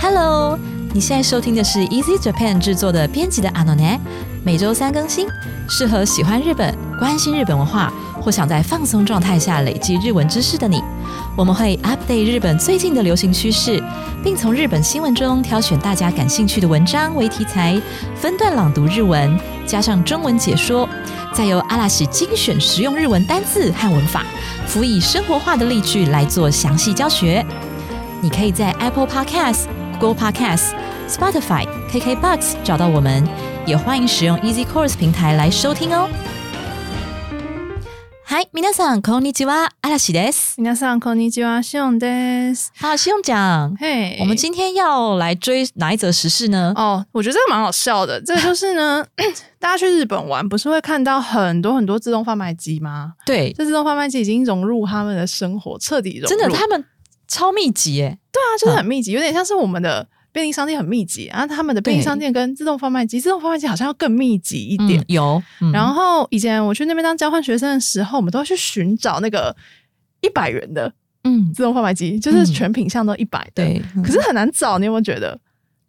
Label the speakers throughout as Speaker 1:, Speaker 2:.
Speaker 1: Hello，你现在收听的是 Easy Japan 制作的编辑的阿诺奈，每周三更新，适合喜欢日本、关心日本文化或想在放松状态下累积日文知识的你。我们会 update 日本最近的流行趋势，并从日本新闻中挑选大家感兴趣的文章为题材，分段朗读日文，加上中文解说，再由阿拉西精选实用日文单字和文法，辅以生活化的例句来做详细教学。你可以在 Apple Podcast、Google Podcast、Spotify、KKBox 找到我们，也欢迎使用 Easy Course 平台来收听哦。嗨，皆さんこんにちは、阿拉西です。
Speaker 2: 皆さんこんにちは、シオンです。
Speaker 1: 好，西勇讲，
Speaker 2: 嘿、
Speaker 1: 我们今天要来追哪一则时事呢？
Speaker 2: 哦，我觉得这个蛮好笑的。这个就是 呢，大家去日本玩，不是会看到很多很多自动贩卖机吗？
Speaker 1: 对，
Speaker 2: 这自动贩卖机已经融入他们的生活，彻底融入。
Speaker 1: 真的，
Speaker 2: 它
Speaker 1: 他们超密集耶。
Speaker 2: 啊，就是很密集，有点像是我们的便利商店很密集，然、啊、后他们的便利商店跟自动贩卖机，自动贩卖机好像要更密集一点。
Speaker 1: 嗯有，嗯
Speaker 2: 然后以前我去那边当交换学生的时候，我们都会去寻找那个一百元的
Speaker 1: 嗯，
Speaker 2: 自动贩卖机，就是全品项都一百的。
Speaker 1: 对，嗯
Speaker 2: 可是很难找，你有没有觉得？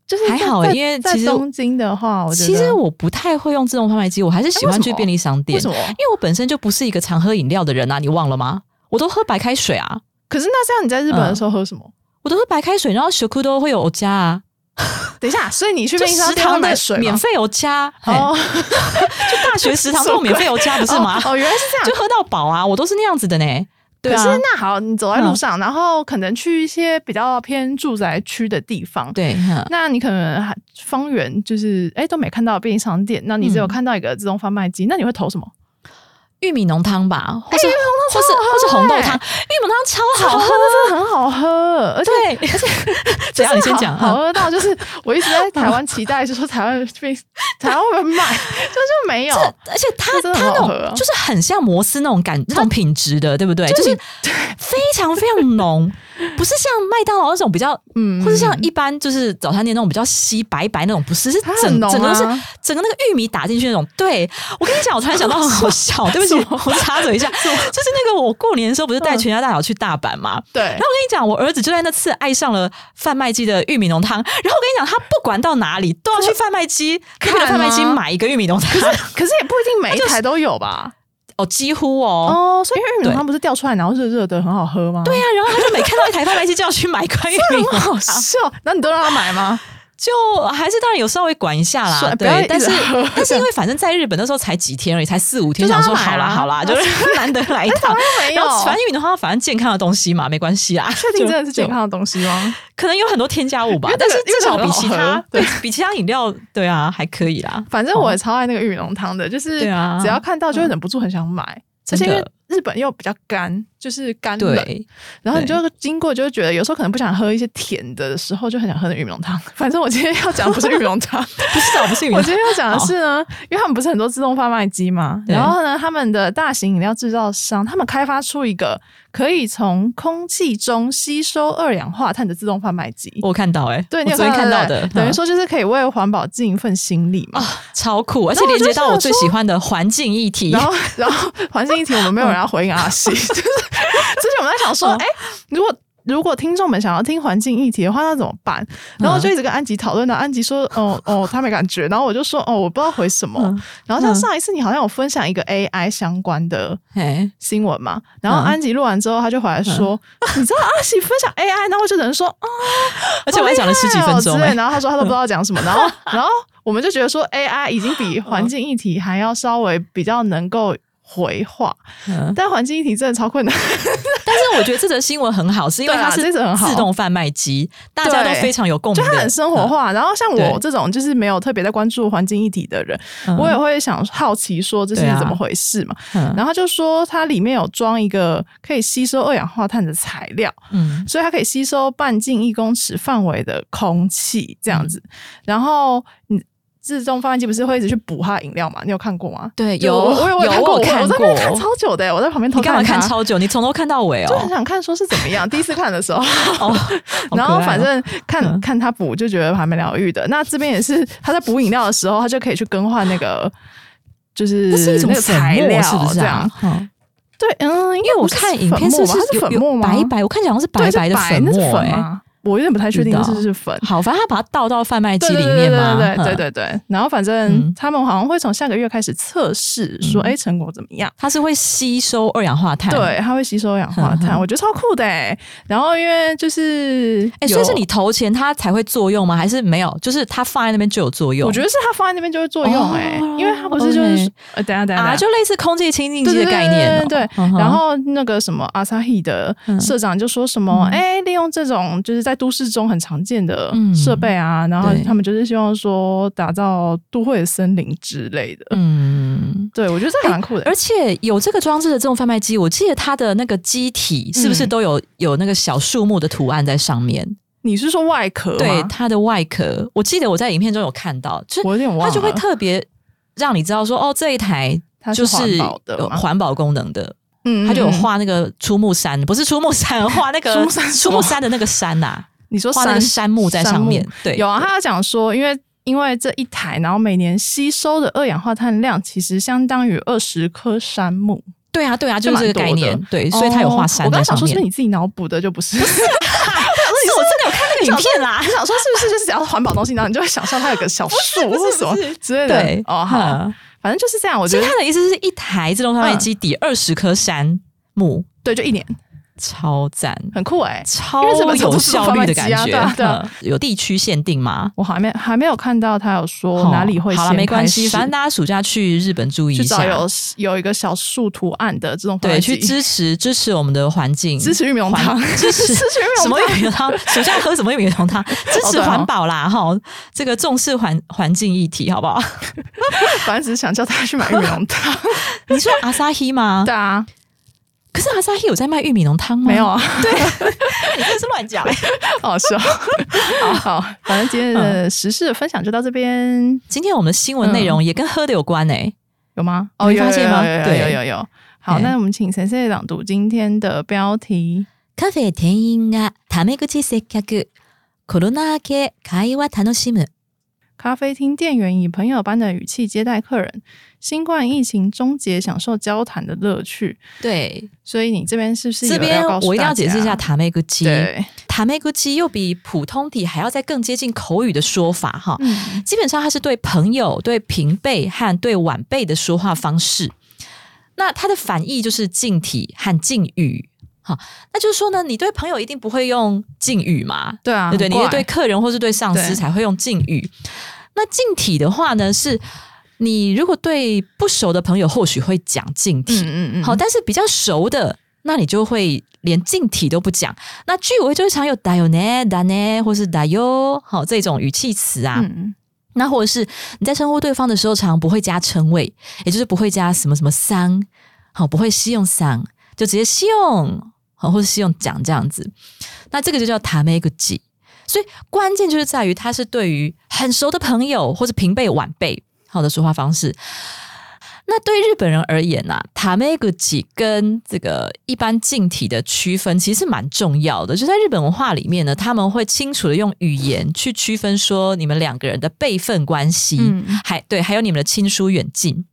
Speaker 2: 就是
Speaker 1: 还好欸
Speaker 2: 在
Speaker 1: 因为
Speaker 2: 在
Speaker 1: 其实
Speaker 2: 东京的话，我觉得
Speaker 1: 其实我不太会用自动贩卖机，我还是喜欢去
Speaker 2: 哎为什么
Speaker 1: 便利商店，
Speaker 2: 为什
Speaker 1: 因
Speaker 2: 么？
Speaker 1: 为我本身就不是一个常喝饮料的人啊，你忘了吗？我都喝白开水啊，
Speaker 2: 可是那这样你在日本的时候喝什么？
Speaker 1: 我都喝白开水，然后学库都会有欧加啊，
Speaker 2: 等一下，所以你去
Speaker 1: 就
Speaker 2: 便利商
Speaker 1: 食
Speaker 2: 店会
Speaker 1: 堂
Speaker 2: 买
Speaker 1: 的
Speaker 2: 水吗
Speaker 1: 免费欧加，哦，
Speaker 2: 哦，
Speaker 1: 就大学食堂都有免费欧加，不
Speaker 2: 不
Speaker 1: 是吗？
Speaker 2: 哦，原来是这样。
Speaker 1: 就喝到饱啊，我都是那样子的呢。对
Speaker 2: 可
Speaker 1: 啊嗯
Speaker 2: 是，那好，你走在路上，然后可能去一些比较偏住宅区的地方，
Speaker 1: 对，哼
Speaker 2: 那你可能还方圆就是哎都没看到便利商店，那你只有
Speaker 1: 嗯
Speaker 2: 看到一个自动贩卖机，那你会投什么？
Speaker 1: 玉米浓汤吧，或是、或是
Speaker 2: 超好
Speaker 1: 或是红豆
Speaker 2: 喝欸
Speaker 1: 汤，玉米浓汤超好喝。
Speaker 2: 真的很好喝，而且
Speaker 1: 对， 怎样？你先讲
Speaker 2: 好
Speaker 1: 啊。
Speaker 2: 喝到就是我一直在台湾期待，就说台湾被台湾会买，就就没有。
Speaker 1: 而且它
Speaker 2: 啊这真的
Speaker 1: 它那
Speaker 2: 好
Speaker 1: 种
Speaker 2: 喝啊
Speaker 1: 就是很像摩斯那种感那种品质的，对不对？就是非常非常浓，不是像麦当劳那种比较，
Speaker 2: 嗯
Speaker 1: 或是像一般就是早餐店那种比较稀白白那种，不是是
Speaker 2: 它
Speaker 1: 整
Speaker 2: 很浓
Speaker 1: 整个都是
Speaker 2: 啊
Speaker 1: 整个那个玉米打进去那种。对我跟你讲，我突然想到
Speaker 2: 哦
Speaker 1: 很好笑，对不起，我插嘴一下，就是那个我过年的时候不是带
Speaker 2: 嗯
Speaker 1: 全家大小去大阪嘛，
Speaker 2: 对
Speaker 1: 然后我跟你讲，我儿子就在那次爱上了贩卖机的玉米浓汤。然后我跟你讲，他不管到哪里都要去贩卖机，那
Speaker 2: 看啊
Speaker 1: 个贩卖机
Speaker 2: 吗
Speaker 1: 买一个玉米浓汤。
Speaker 2: 可是也不一定每一台都有吧？
Speaker 1: 哦，几乎哦。
Speaker 2: 哦，所以玉米
Speaker 1: 对
Speaker 2: 浓汤不是掉出来然后热热的，很好喝吗？
Speaker 1: 对啊呀、然后他就每看到一台贩卖机就要去买一块玉米 浓汤，
Speaker 2: 是哦，然后你都让他买吗？
Speaker 1: 就还是当然有稍微管一下啦
Speaker 2: 算，了不要一
Speaker 1: 对
Speaker 2: 直，
Speaker 1: 但是
Speaker 2: 喝
Speaker 1: 但是因为反正在日本那时候才几天而已，才四五天，
Speaker 2: 就
Speaker 1: 想
Speaker 2: 让
Speaker 1: 说
Speaker 2: 他买
Speaker 1: 好啦好
Speaker 2: 啦 哎
Speaker 1: 啦，就是 难得来一趟，
Speaker 2: 没
Speaker 1: 然
Speaker 2: 有，
Speaker 1: 后反正玉米浓汤反正健康的东西嘛，没关系啦，
Speaker 2: 确定
Speaker 1: 就
Speaker 2: 真的是健
Speaker 1: 就
Speaker 2: 康的东西吗？
Speaker 1: 可能有很多添加物吧
Speaker 2: 因为，那
Speaker 1: 但
Speaker 2: 个
Speaker 1: 是至少比其
Speaker 2: 因为那个很好
Speaker 1: 他
Speaker 2: 喝
Speaker 1: 对比其他饮料，对啊，还可以啦。
Speaker 2: 反正我也超爱那个玉米浓汤的，就是
Speaker 1: 对啊
Speaker 2: 只要看到就会忍不住很想买，而
Speaker 1: 真
Speaker 2: 且
Speaker 1: 的
Speaker 2: 因为日本又比较干，就是干冷，
Speaker 1: 对，
Speaker 2: 然后你
Speaker 1: 对
Speaker 2: 就经过就会觉得有时候可能不想喝一些甜的的时候，就很想喝那玉米浓汤。 反正我今天要讲的不是玉米 浓汤，
Speaker 1: 不是啊，不是云
Speaker 2: 我今天要讲的是呢，因为他们不是很多自动贩卖机嘛，
Speaker 1: 对
Speaker 2: 然后呢，他们的大型饮料制造商，他们开发出一个可以从空气中吸收二氧化碳的自动贩卖机。
Speaker 1: 我看到哎、
Speaker 2: 对，你
Speaker 1: 我
Speaker 2: 有
Speaker 1: 昨天看
Speaker 2: 到
Speaker 1: 到
Speaker 2: 对
Speaker 1: 的，
Speaker 2: 不对等于
Speaker 1: 嗯
Speaker 2: 说就是可以为环保尽一份心力嘛。
Speaker 1: 超酷，而且
Speaker 2: 然后我
Speaker 1: 连
Speaker 2: 就
Speaker 1: 接到我
Speaker 2: 想
Speaker 1: 最喜欢的环境议题
Speaker 2: 然。后， 然后环境议题我们没有人要回应阿西，就是之前我们在想说，
Speaker 1: 嗯
Speaker 2: 哎、如果如果听众们想要听环境议题的话，那怎么办？然后
Speaker 1: 嗯
Speaker 2: 就一直跟安吉讨论到，安吉说，哦哦，他没感觉，然后我就说，哦，我不知道回什么。
Speaker 1: 嗯
Speaker 2: 然后像
Speaker 1: 嗯
Speaker 2: 上一次你好像有分享一个 AI 相关的
Speaker 1: 哎，
Speaker 2: 新闻嘛，然后
Speaker 1: 嗯
Speaker 2: 安吉录完之后，他就回来说，你知道阿喜分享 AI，然后我就只能说，啊，
Speaker 1: 而且我还讲了十几
Speaker 2: 哎呦
Speaker 1: 分钟
Speaker 2: 之
Speaker 1: 哎、
Speaker 2: 类然后他说他都不知道讲什么，然后 然后我们就觉得说 AI 已经比环境议题还要稍微比较能够回话，
Speaker 1: 嗯
Speaker 2: 但环境议题真的超困难。
Speaker 1: 但是我觉得这则新闻很好，是因为
Speaker 2: 对
Speaker 1: 它
Speaker 2: 啊
Speaker 1: 是
Speaker 2: 这则很好
Speaker 1: 自动贩卖机，大家都
Speaker 2: 对
Speaker 1: 非常有共鸣
Speaker 2: 就
Speaker 1: 的，嗯
Speaker 2: 它很生活化。然后像
Speaker 1: 对
Speaker 2: 我这种就是没有特别在关注环境议题的人，
Speaker 1: 嗯。
Speaker 2: 我也会想好奇说这是
Speaker 1: 对啊
Speaker 2: 怎么回事嘛。
Speaker 1: 嗯
Speaker 2: 然后就说它里面有装一个可以吸收二氧化碳的材料，
Speaker 1: 嗯
Speaker 2: 所以它可以吸收半径一公尺范围的空气这样
Speaker 1: 嗯
Speaker 2: 子。然后你自动贩卖机不是会一直去补它的饮料嘛？你有看过吗？
Speaker 1: 对，
Speaker 2: 就
Speaker 1: 有
Speaker 2: 我我有
Speaker 1: 有
Speaker 2: 看过，
Speaker 1: 我看
Speaker 2: 我在那
Speaker 1: 过
Speaker 2: 边，看超久的耶，我在旁边偷
Speaker 1: 你干嘛看
Speaker 2: 它
Speaker 1: 超久？你从头看到尾
Speaker 2: 就很
Speaker 1: 哦。
Speaker 2: 想看说是怎么 样。第一次看的时候，
Speaker 1: 哦，好
Speaker 2: 啊然
Speaker 1: 可
Speaker 2: 后
Speaker 1: 爱哦
Speaker 2: 反正看、
Speaker 1: 嗯
Speaker 2: 看他补就觉得还蛮疗愈的。那这边也是他在补饮料的时候，他就可以去更换那个。就是
Speaker 1: 这是一种
Speaker 2: 那个
Speaker 1: 粉
Speaker 2: 材料
Speaker 1: 末，是不是
Speaker 2: 这
Speaker 1: 啊
Speaker 2: 样？？
Speaker 1: 嗯
Speaker 2: 对，嗯，
Speaker 1: 因
Speaker 2: 因
Speaker 1: 为我看影片是
Speaker 2: 是
Speaker 1: 不
Speaker 2: 它
Speaker 1: 是
Speaker 2: 是
Speaker 1: 有
Speaker 2: 粉末
Speaker 1: 有
Speaker 2: 吗？
Speaker 1: 白白？我看起来好像是白
Speaker 2: 对是
Speaker 1: 白的
Speaker 2: 白
Speaker 1: 粉
Speaker 2: 那是
Speaker 1: 末
Speaker 2: 粉
Speaker 1: 哎，
Speaker 2: 吗？我有点不太确定这是不是粉。
Speaker 1: 好，反正他把它倒到贩卖机
Speaker 2: 对
Speaker 1: 里
Speaker 2: 对
Speaker 1: 面嘛，
Speaker 2: 对对对
Speaker 1: 嗯
Speaker 2: 对对对。然后反正
Speaker 1: 嗯
Speaker 2: 他们好像会从下个月开始测试，说
Speaker 1: 嗯
Speaker 2: 哎成果怎么样？
Speaker 1: 它是会吸收二氧化碳。
Speaker 2: 对，它会吸收二氧化
Speaker 1: 哼
Speaker 2: 碳，
Speaker 1: 哼
Speaker 2: 我觉得超酷的哎。然后因为就是，
Speaker 1: 哎、所以是你投钱它才会作用吗？还是没有？就是它放在那边就有作用？
Speaker 2: 我觉得是它放在那边就会作用哎、
Speaker 1: 哦
Speaker 2: 因为它不是就是、
Speaker 1: OK
Speaker 2: 呃，等一下等一下，
Speaker 1: 啊，
Speaker 2: 等一下
Speaker 1: 就类似空气清净
Speaker 2: 对
Speaker 1: 机
Speaker 2: 对
Speaker 1: 的概念哦、
Speaker 2: 对对对对
Speaker 1: 嗯哼
Speaker 2: 然后那个什么阿萨希的
Speaker 1: 嗯
Speaker 2: 社长就说什么，
Speaker 1: 嗯
Speaker 2: 哎、利用这种就是在都市中很常见的
Speaker 1: 嗯
Speaker 2: 设备啊，然后
Speaker 1: 对
Speaker 2: 他们就是希望说打造都会的森林之类的。
Speaker 1: 嗯。
Speaker 2: 对，我觉得这还蛮酷的、
Speaker 1: 而且有这个装置的这种贩卖机，我记得它的那个机体是不是
Speaker 2: 嗯
Speaker 1: 都有、有那个小树木的图案在上面？
Speaker 2: 你是说外壳吗？
Speaker 1: 对，它的外壳，我记得我在影片中有看到，就是
Speaker 2: 我有点忘
Speaker 1: 它
Speaker 2: 了，
Speaker 1: 就会特别让你知道说，哦，这一台
Speaker 2: 它
Speaker 1: 就是
Speaker 2: 环
Speaker 1: 是
Speaker 2: 保的
Speaker 1: 有
Speaker 2: 嘛
Speaker 1: 环保功能的，
Speaker 2: 嗯
Speaker 1: 它就有。
Speaker 2: 嗯嗯
Speaker 1: 画那个出木山，不是出木山，画那
Speaker 2: 出
Speaker 1: 个
Speaker 2: 木山是什
Speaker 1: 出
Speaker 2: 么
Speaker 1: 木山的那个山呐、
Speaker 2: 你 说
Speaker 1: 画那
Speaker 2: 山
Speaker 1: 个杉木在上面
Speaker 2: 杉木，
Speaker 1: 对，
Speaker 2: 有啊，他有讲说，因为因为这一台，然后每年吸收的二氧化碳量其实相当于二十棵杉木，
Speaker 1: 对啊，对啊，就是这个
Speaker 2: 这蛮多
Speaker 1: 概念
Speaker 2: 的，
Speaker 1: 对，所以它有画
Speaker 2: 哦
Speaker 1: 山
Speaker 2: 我刚
Speaker 1: 在
Speaker 2: 刚想
Speaker 1: 上
Speaker 2: 说，是
Speaker 1: 面。啊
Speaker 2: 不是你自己脑补的，就不是。 你
Speaker 1: 是我真的有看那个影片啦，
Speaker 2: 想说是不是就是只要是环保东西，然后你就会想象它有个小树
Speaker 1: 不是
Speaker 2: 或什么
Speaker 1: 不是
Speaker 2: 之类的？
Speaker 1: 对，
Speaker 2: 哦，好，
Speaker 1: 嗯
Speaker 2: 反正就是这样。我
Speaker 1: 所
Speaker 2: 觉
Speaker 1: 以
Speaker 2: 得
Speaker 1: 他的意思是一台自动贩卖机
Speaker 2: 嗯
Speaker 1: 抵二十棵杉木，
Speaker 2: 对，就一年
Speaker 1: 超赞，
Speaker 2: 很酷哎、
Speaker 1: 超
Speaker 2: 因为日本
Speaker 1: 有效率的感
Speaker 2: 到处都是贩卖
Speaker 1: 觉。
Speaker 2: 机啊对啊对啊
Speaker 1: 嗯有地区限定吗？
Speaker 2: 我还没还没有看到他有说哪里会
Speaker 1: 哦
Speaker 2: 先
Speaker 1: 好
Speaker 2: 开
Speaker 1: 了，
Speaker 2: 始、
Speaker 1: 没关系，反正大家暑假去日本注意
Speaker 2: 去
Speaker 1: 一
Speaker 2: 找
Speaker 1: 下，
Speaker 2: 有有一个小树图案的这种贩
Speaker 1: 对，
Speaker 2: 卖机
Speaker 1: 去支持支持我们的环境，
Speaker 2: 支持玉米浓
Speaker 1: 环
Speaker 2: 汤，
Speaker 1: 支持
Speaker 2: 支持玉米浓汤
Speaker 1: 什么玉米浓汤？ 暑假喝什么玉米浓汤？支持
Speaker 2: 对哦
Speaker 1: 环保啦，哈，这个重视环环境议题，好不 好？
Speaker 2: 反正只是想叫他去买玉米浓 汤。
Speaker 1: 你说阿萨希吗？
Speaker 2: 对啊，
Speaker 1: 可是阿萨希有在卖玉米浓汤吗？
Speaker 2: 没有， 啊，
Speaker 1: 你这是乱讲。
Speaker 2: 好笑。 好，反正今
Speaker 1: 嗯
Speaker 2: 天的时事分享就到这边，
Speaker 1: 今天我们的新闻内容也跟喝的有关欸诶、
Speaker 2: 有吗？
Speaker 1: 你
Speaker 2: 哦，
Speaker 1: 没
Speaker 2: 有
Speaker 1: 发现吗
Speaker 2: 有有有
Speaker 1: 对
Speaker 2: 有有有。好，
Speaker 1: 嗯
Speaker 2: 那我们请神社朗读今天的标题。
Speaker 1: カフェ店員がタメ口接客。コロナ明け会話楽しむ。
Speaker 2: 咖啡厅店员以朋友般的语气接待客人，新冠疫情终结，享受交谈的乐趣。
Speaker 1: 对，
Speaker 2: 所以你这边是不是有
Speaker 1: 这边
Speaker 2: 告诉
Speaker 1: 我一定要
Speaker 2: 大家
Speaker 1: 解释一下，タメ口。
Speaker 2: 对，
Speaker 1: タメ口又比普通体还要再更接近口语的说法哈。
Speaker 2: 嗯，
Speaker 1: 基本上它是对朋友、对平辈和对晚辈的说话方式。那它的反义就是敬体和敬语。好，那就是说呢，你对朋友一定不会用敬语嘛？
Speaker 2: 对啊，
Speaker 1: 对对，
Speaker 2: 很
Speaker 1: 你是
Speaker 2: 怪
Speaker 1: 对客人或是对上司
Speaker 2: 对
Speaker 1: 才会用敬语。那敬体的话呢，是你如果对不熟的朋友，或许会讲敬体。
Speaker 2: 嗯嗯嗯，
Speaker 1: 好，但是比较熟的，那你就会连敬体都不讲。那句尾就会常有だよね、だね，或是だよ，好这种语气词啊。
Speaker 2: 嗯，
Speaker 1: 那或者是你在称呼对方的时候，常不会加称谓，也就是不会加什么什么桑，好，不会西用桑，就直接西用，好，或者西用讲这样子。那这个就叫塔梅个吉。所以关键就是在于，它是对于很熟的朋友或者平辈晚辈好的说话方式。那对日本人而言呐、啊，塔梅古吉跟这个一般敬体的区分其实蛮重要的。就在日本文化里面呢，他们会清楚的用语言去区分说你们两个人的辈分关系，
Speaker 2: 嗯
Speaker 1: 还对，还有你们的亲疏远近。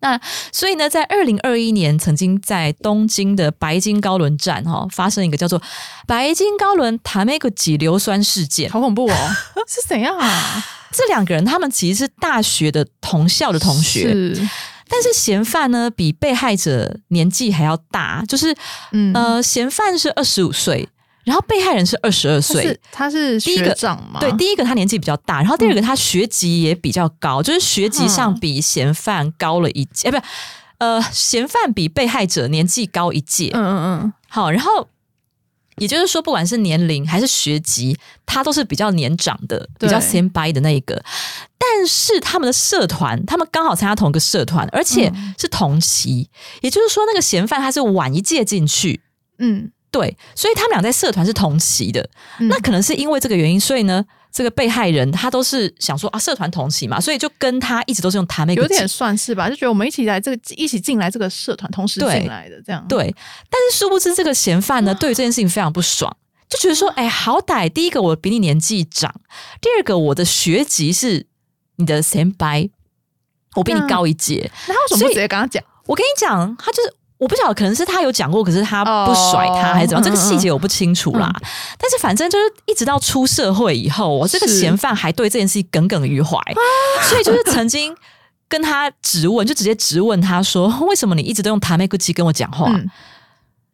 Speaker 1: 那所以呢，在二零二一年，曾经在东京的白金高轮站哈、哦、发生一个叫做白金高轮塔梅古吉硫酸事件。
Speaker 2: 好恐怖哦， 是怎样啊？
Speaker 1: 这两个人他们其实是大学的同校的同学，
Speaker 2: 是，
Speaker 1: 但是嫌犯呢比被害者年纪还要大，就是、
Speaker 2: 嗯，
Speaker 1: 呃，嫌犯是二十五岁，然后被害人是二十二
Speaker 2: 他
Speaker 1: 岁
Speaker 2: 是。他是
Speaker 1: 第一个
Speaker 2: 学长嘛？
Speaker 1: 对，第一个他年纪比较大，然后
Speaker 2: 嗯
Speaker 1: 第二个他学籍也比较高，就是学籍上比嫌犯高了一届，哎、不，呃，嫌犯比被害者年纪高一届。
Speaker 2: 嗯嗯嗯，
Speaker 1: 好，然后也就是说，不管是年龄还是学籍，他都是比较年长的、比
Speaker 2: 对
Speaker 1: 较先掰的那一个。但是他们的社团，他们刚好参加同一个社团，而且
Speaker 2: 嗯
Speaker 1: 是同期，也就是说，那个嫌犯他是晚一届进去。
Speaker 2: 嗯，
Speaker 1: 对，所以他们俩在社团是同期的。
Speaker 2: 嗯
Speaker 1: 那可能是因为这个原因，所以呢，这个被害人他都是想说啊，社团同期嘛，所以就跟他一直都是用谈妹。
Speaker 2: 有点算是吧，就觉得我们一起来这个一起进来这个社团，同时
Speaker 1: 对
Speaker 2: 进来的这样。，
Speaker 1: 对，但是殊不知这个嫌犯
Speaker 2: 嗯
Speaker 1: 呢，对于这件事情非常不爽，就觉得说，哎、好歹第一个我比你年纪长，第二个我的学籍是你的先輩，我比你
Speaker 2: 那
Speaker 1: 高一届。
Speaker 2: 嗯那他为什么
Speaker 1: 所
Speaker 2: 不
Speaker 1: 以
Speaker 2: 直接跟他讲？
Speaker 1: 我跟你讲，他就是我不晓得，可能是他有讲过，可是他不甩他
Speaker 2: 哦
Speaker 1: 还是怎么样，这个
Speaker 2: 嗯嗯嗯
Speaker 1: 细节我不清楚啦。但是反正就是一直到出社会以后，我这个
Speaker 2: 是
Speaker 1: 嫌犯还对这件事情耿耿于怀，
Speaker 2: 啊
Speaker 1: 所以就是曾经跟他质问，就直接质问他说：“为什么你一直都用塔梅古奇跟我讲话？”
Speaker 2: 嗯，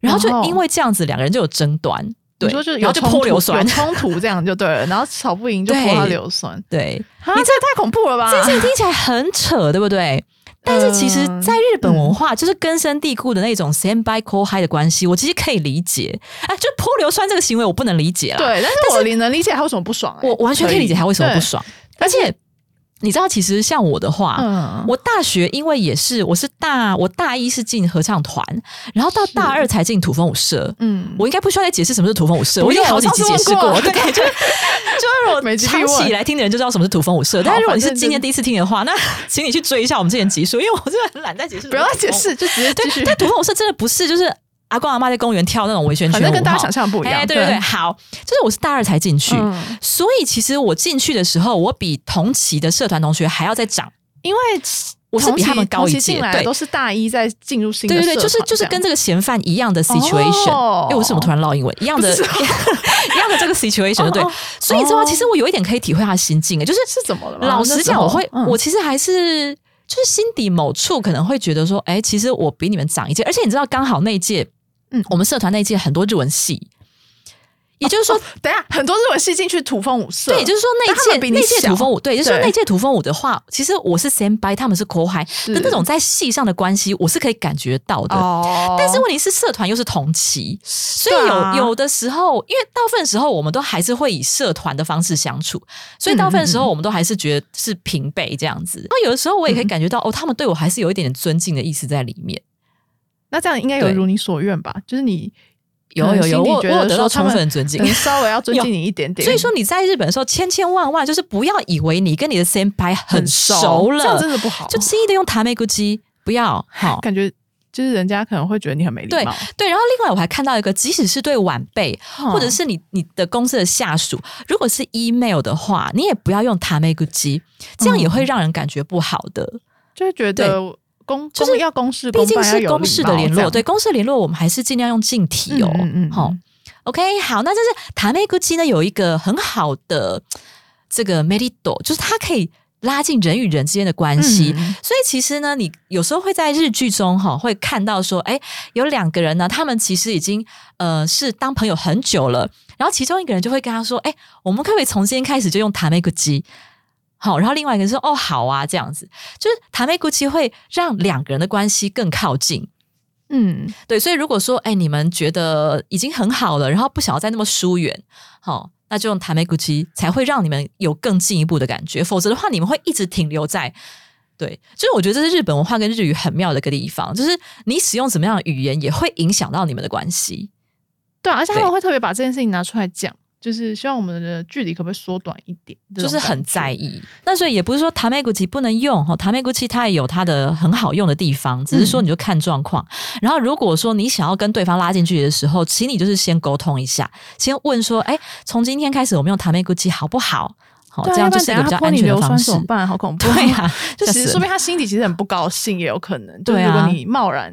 Speaker 1: 然后就
Speaker 2: 然后
Speaker 1: 因为这样子，两个人就有争端，对，
Speaker 2: 你说就是
Speaker 1: 然后
Speaker 2: 有
Speaker 1: 就
Speaker 2: 冲突
Speaker 1: 泼硫酸
Speaker 2: 有，冲突这样就对了，然后吵不赢就
Speaker 1: 对
Speaker 2: 泼他硫酸，你
Speaker 1: 对，
Speaker 2: 这也太恐怖了吧？
Speaker 1: 这件事情听起来很扯，对不对？但是其实，在日本文化就是根深蒂固的那种 “stand by call high” 的关系，我其实可以理解。哎，就泼硫酸这个行为，我不能理解啦。
Speaker 2: 对，但是我理能理解他为什么不爽、欸，
Speaker 1: 我完全可以理解他为什么不爽。而
Speaker 2: 但是
Speaker 1: 且你知道，其实像我的话，
Speaker 2: 嗯，
Speaker 1: 我大学因为也是我是大我大一是进合唱团，然后到大二才进土风舞社。
Speaker 2: 嗯，
Speaker 1: 我应该不需要再解释什么是土风舞社，我已经
Speaker 2: 不用
Speaker 1: 好几集
Speaker 2: 我
Speaker 1: 解
Speaker 2: 上
Speaker 1: 释
Speaker 2: 次问过
Speaker 1: 对，就是就是如果
Speaker 2: 没
Speaker 1: 长
Speaker 2: 必问
Speaker 1: 期以来听的人就知道什么是土风舞社，但是如果你是今年第一次听的话，那 请你去追一下我们之前集数，因为我真的很懒在解释。
Speaker 2: 不要再解，释，就直接继
Speaker 1: 对，
Speaker 2: 续，
Speaker 1: 但土风舞社真的不是就是阿公阿妈在公园跳那种围圈圈
Speaker 2: 反
Speaker 1: 舞哈，
Speaker 2: 正跟大家想象不一样，
Speaker 1: 哎对对对，好，就是我是大二才进去，
Speaker 2: 嗯
Speaker 1: 所以其实我进去的时候，我比同期的社团同学还要再长。
Speaker 2: 因为
Speaker 1: 我是比他们高一
Speaker 2: 同期
Speaker 1: 届
Speaker 2: 进来
Speaker 1: 对
Speaker 2: 都是大一在进入新的
Speaker 1: 对
Speaker 2: 社
Speaker 1: 对
Speaker 2: 团，
Speaker 1: 对，就是就是跟这个嫌犯一样的 situation。哎、
Speaker 2: 哦
Speaker 1: 为什么突然唠英文？一样的，
Speaker 2: 不知
Speaker 1: 一样的这个 situation，对
Speaker 2: 哦哦。
Speaker 1: 所以你知道吗？
Speaker 2: 哦
Speaker 1: 其实我有一点可以体会他的心境，哎就是
Speaker 2: 是怎么了吗？
Speaker 1: 老实
Speaker 2: 那时
Speaker 1: 讲，
Speaker 2: 候
Speaker 1: 我会，
Speaker 2: 嗯
Speaker 1: 我其实还是就是心底某处可能会觉得说，哎、其实我比你们长一届，而且你知道，刚好那一届，嗯
Speaker 2: 嗯，
Speaker 1: 我们社团那一届很多日文系，也就是说
Speaker 2: 哦等一下很多日文系进去土风舞社，
Speaker 1: 对，也就是说那
Speaker 2: 但他们
Speaker 1: 一届
Speaker 2: 比你
Speaker 1: 那一届
Speaker 2: 小
Speaker 1: 土风舞，对，就是说
Speaker 2: 对
Speaker 1: 那一届土风舞的话，其实我是 stand by，他们是 co high，
Speaker 2: 是
Speaker 1: 那那种在戏上的关系，我是可以感觉到的。
Speaker 2: 哦，
Speaker 1: 但是问题是，社团又是同期，所以
Speaker 2: 对
Speaker 1: 有、
Speaker 2: 啊
Speaker 1: 有的时候，因为大部分时候我们都还是会以社团的方式相处，所以大部分时
Speaker 2: 嗯
Speaker 1: 候我们都还是觉得是平辈这样子。然后有的时候我也可以感觉到，哦，他们对我还是有一点点尊敬的意思在里面。
Speaker 2: 那这样应该有
Speaker 1: 对
Speaker 2: 如你所愿吧？就是你
Speaker 1: 有有有，
Speaker 2: 可能心里
Speaker 1: 我我
Speaker 2: 觉得
Speaker 1: 有得到
Speaker 2: 说他
Speaker 1: 充
Speaker 2: 们
Speaker 1: 分的 尊敬
Speaker 2: 可能。稍微要尊敬你一点点，
Speaker 1: 所以说你在日本的时候，千千万万就是不要以为你跟你的 senpai 很
Speaker 2: 很
Speaker 1: 熟
Speaker 2: 这样
Speaker 1: 了，
Speaker 2: 真的不好，
Speaker 1: 就轻易的用塔梅古基，不要好。
Speaker 2: 感觉就是人家可能会觉得你很没礼貌，
Speaker 1: 对，然后另外我还看到一个，即使是对晚辈，
Speaker 2: 嗯
Speaker 1: 或者是你你的公司的下属，如果是 email 的话，你也不要用塔梅古基，这样也会让人感觉不好
Speaker 2: 嗯
Speaker 1: 的。
Speaker 2: 就会觉得公
Speaker 1: 就是
Speaker 2: 公要公事
Speaker 1: 毕
Speaker 2: 公
Speaker 1: 竟
Speaker 2: 办，要
Speaker 1: 是
Speaker 2: 有
Speaker 1: 公
Speaker 2: 礼
Speaker 1: 事
Speaker 2: 貌
Speaker 1: 的联
Speaker 2: 这
Speaker 1: 络，
Speaker 2: 样
Speaker 1: 对公事联络，我们还是尽量用近体哦。
Speaker 2: 嗯嗯嗯
Speaker 1: 好、o k 好，那就是塔梅古基呢有一个很好的这个 merito，就是它可以拉近人与人之间的关系。
Speaker 2: 嗯
Speaker 1: 所以其实呢，你有时候会在日剧中哈、会看到说，哎，有两个人呢，他们其实已经呃是当朋友很久了，然后其中一个人就会跟他说，哎，我们可不可以从今天开始就用塔梅古基？好，然后另外一个人说，哦，好啊，这样子，就是塔梅古基会让两个人的关系更靠近。
Speaker 2: 嗯，
Speaker 1: 对，所以如果说，哎，你们觉得已经很好了，然后不想要再那么疏远，好、那就用塔梅古奇才会让你们有更进一步的感觉，否则的话，你们会一直停留在。对，所以我觉得这是日本文化跟日语很妙的一个地方，就是你使用什么样的语言，也会影响到你们的关系。
Speaker 2: 对啊，而且他
Speaker 1: 对
Speaker 2: 们会特别把这件事情拿出来讲，就是希望我们的距离可不可以缩短一点，这
Speaker 1: 就是
Speaker 2: 种
Speaker 1: 很
Speaker 2: 感觉
Speaker 1: 在意。那所以也不是说塔梅古奇不能用哦哈，塔梅古奇它也有它的很好用的地方，
Speaker 2: 嗯
Speaker 1: 只是说你就看状况。然后如果说你想要跟对方拉近距离的时候，请你就是先沟通一下，先问说，哎，从今天开始我们用塔梅古奇好不好？好，
Speaker 2: 对啊
Speaker 1: 这样就
Speaker 2: 不然
Speaker 1: 是一
Speaker 2: 等
Speaker 1: 个比
Speaker 2: 下
Speaker 1: 较
Speaker 2: 他泼
Speaker 1: 安
Speaker 2: 你
Speaker 1: 全的
Speaker 2: 硫
Speaker 1: 方
Speaker 2: 酸
Speaker 1: 式
Speaker 2: 怎。么办？好恐怖！
Speaker 1: 对呀、啊，
Speaker 2: 就
Speaker 1: 吓
Speaker 2: 其
Speaker 1: 死
Speaker 2: 实
Speaker 1: 人
Speaker 2: 说明他心底其实很不高兴，也有可能。就是
Speaker 1: 对
Speaker 2: 如
Speaker 1: 啊
Speaker 2: 果你贸然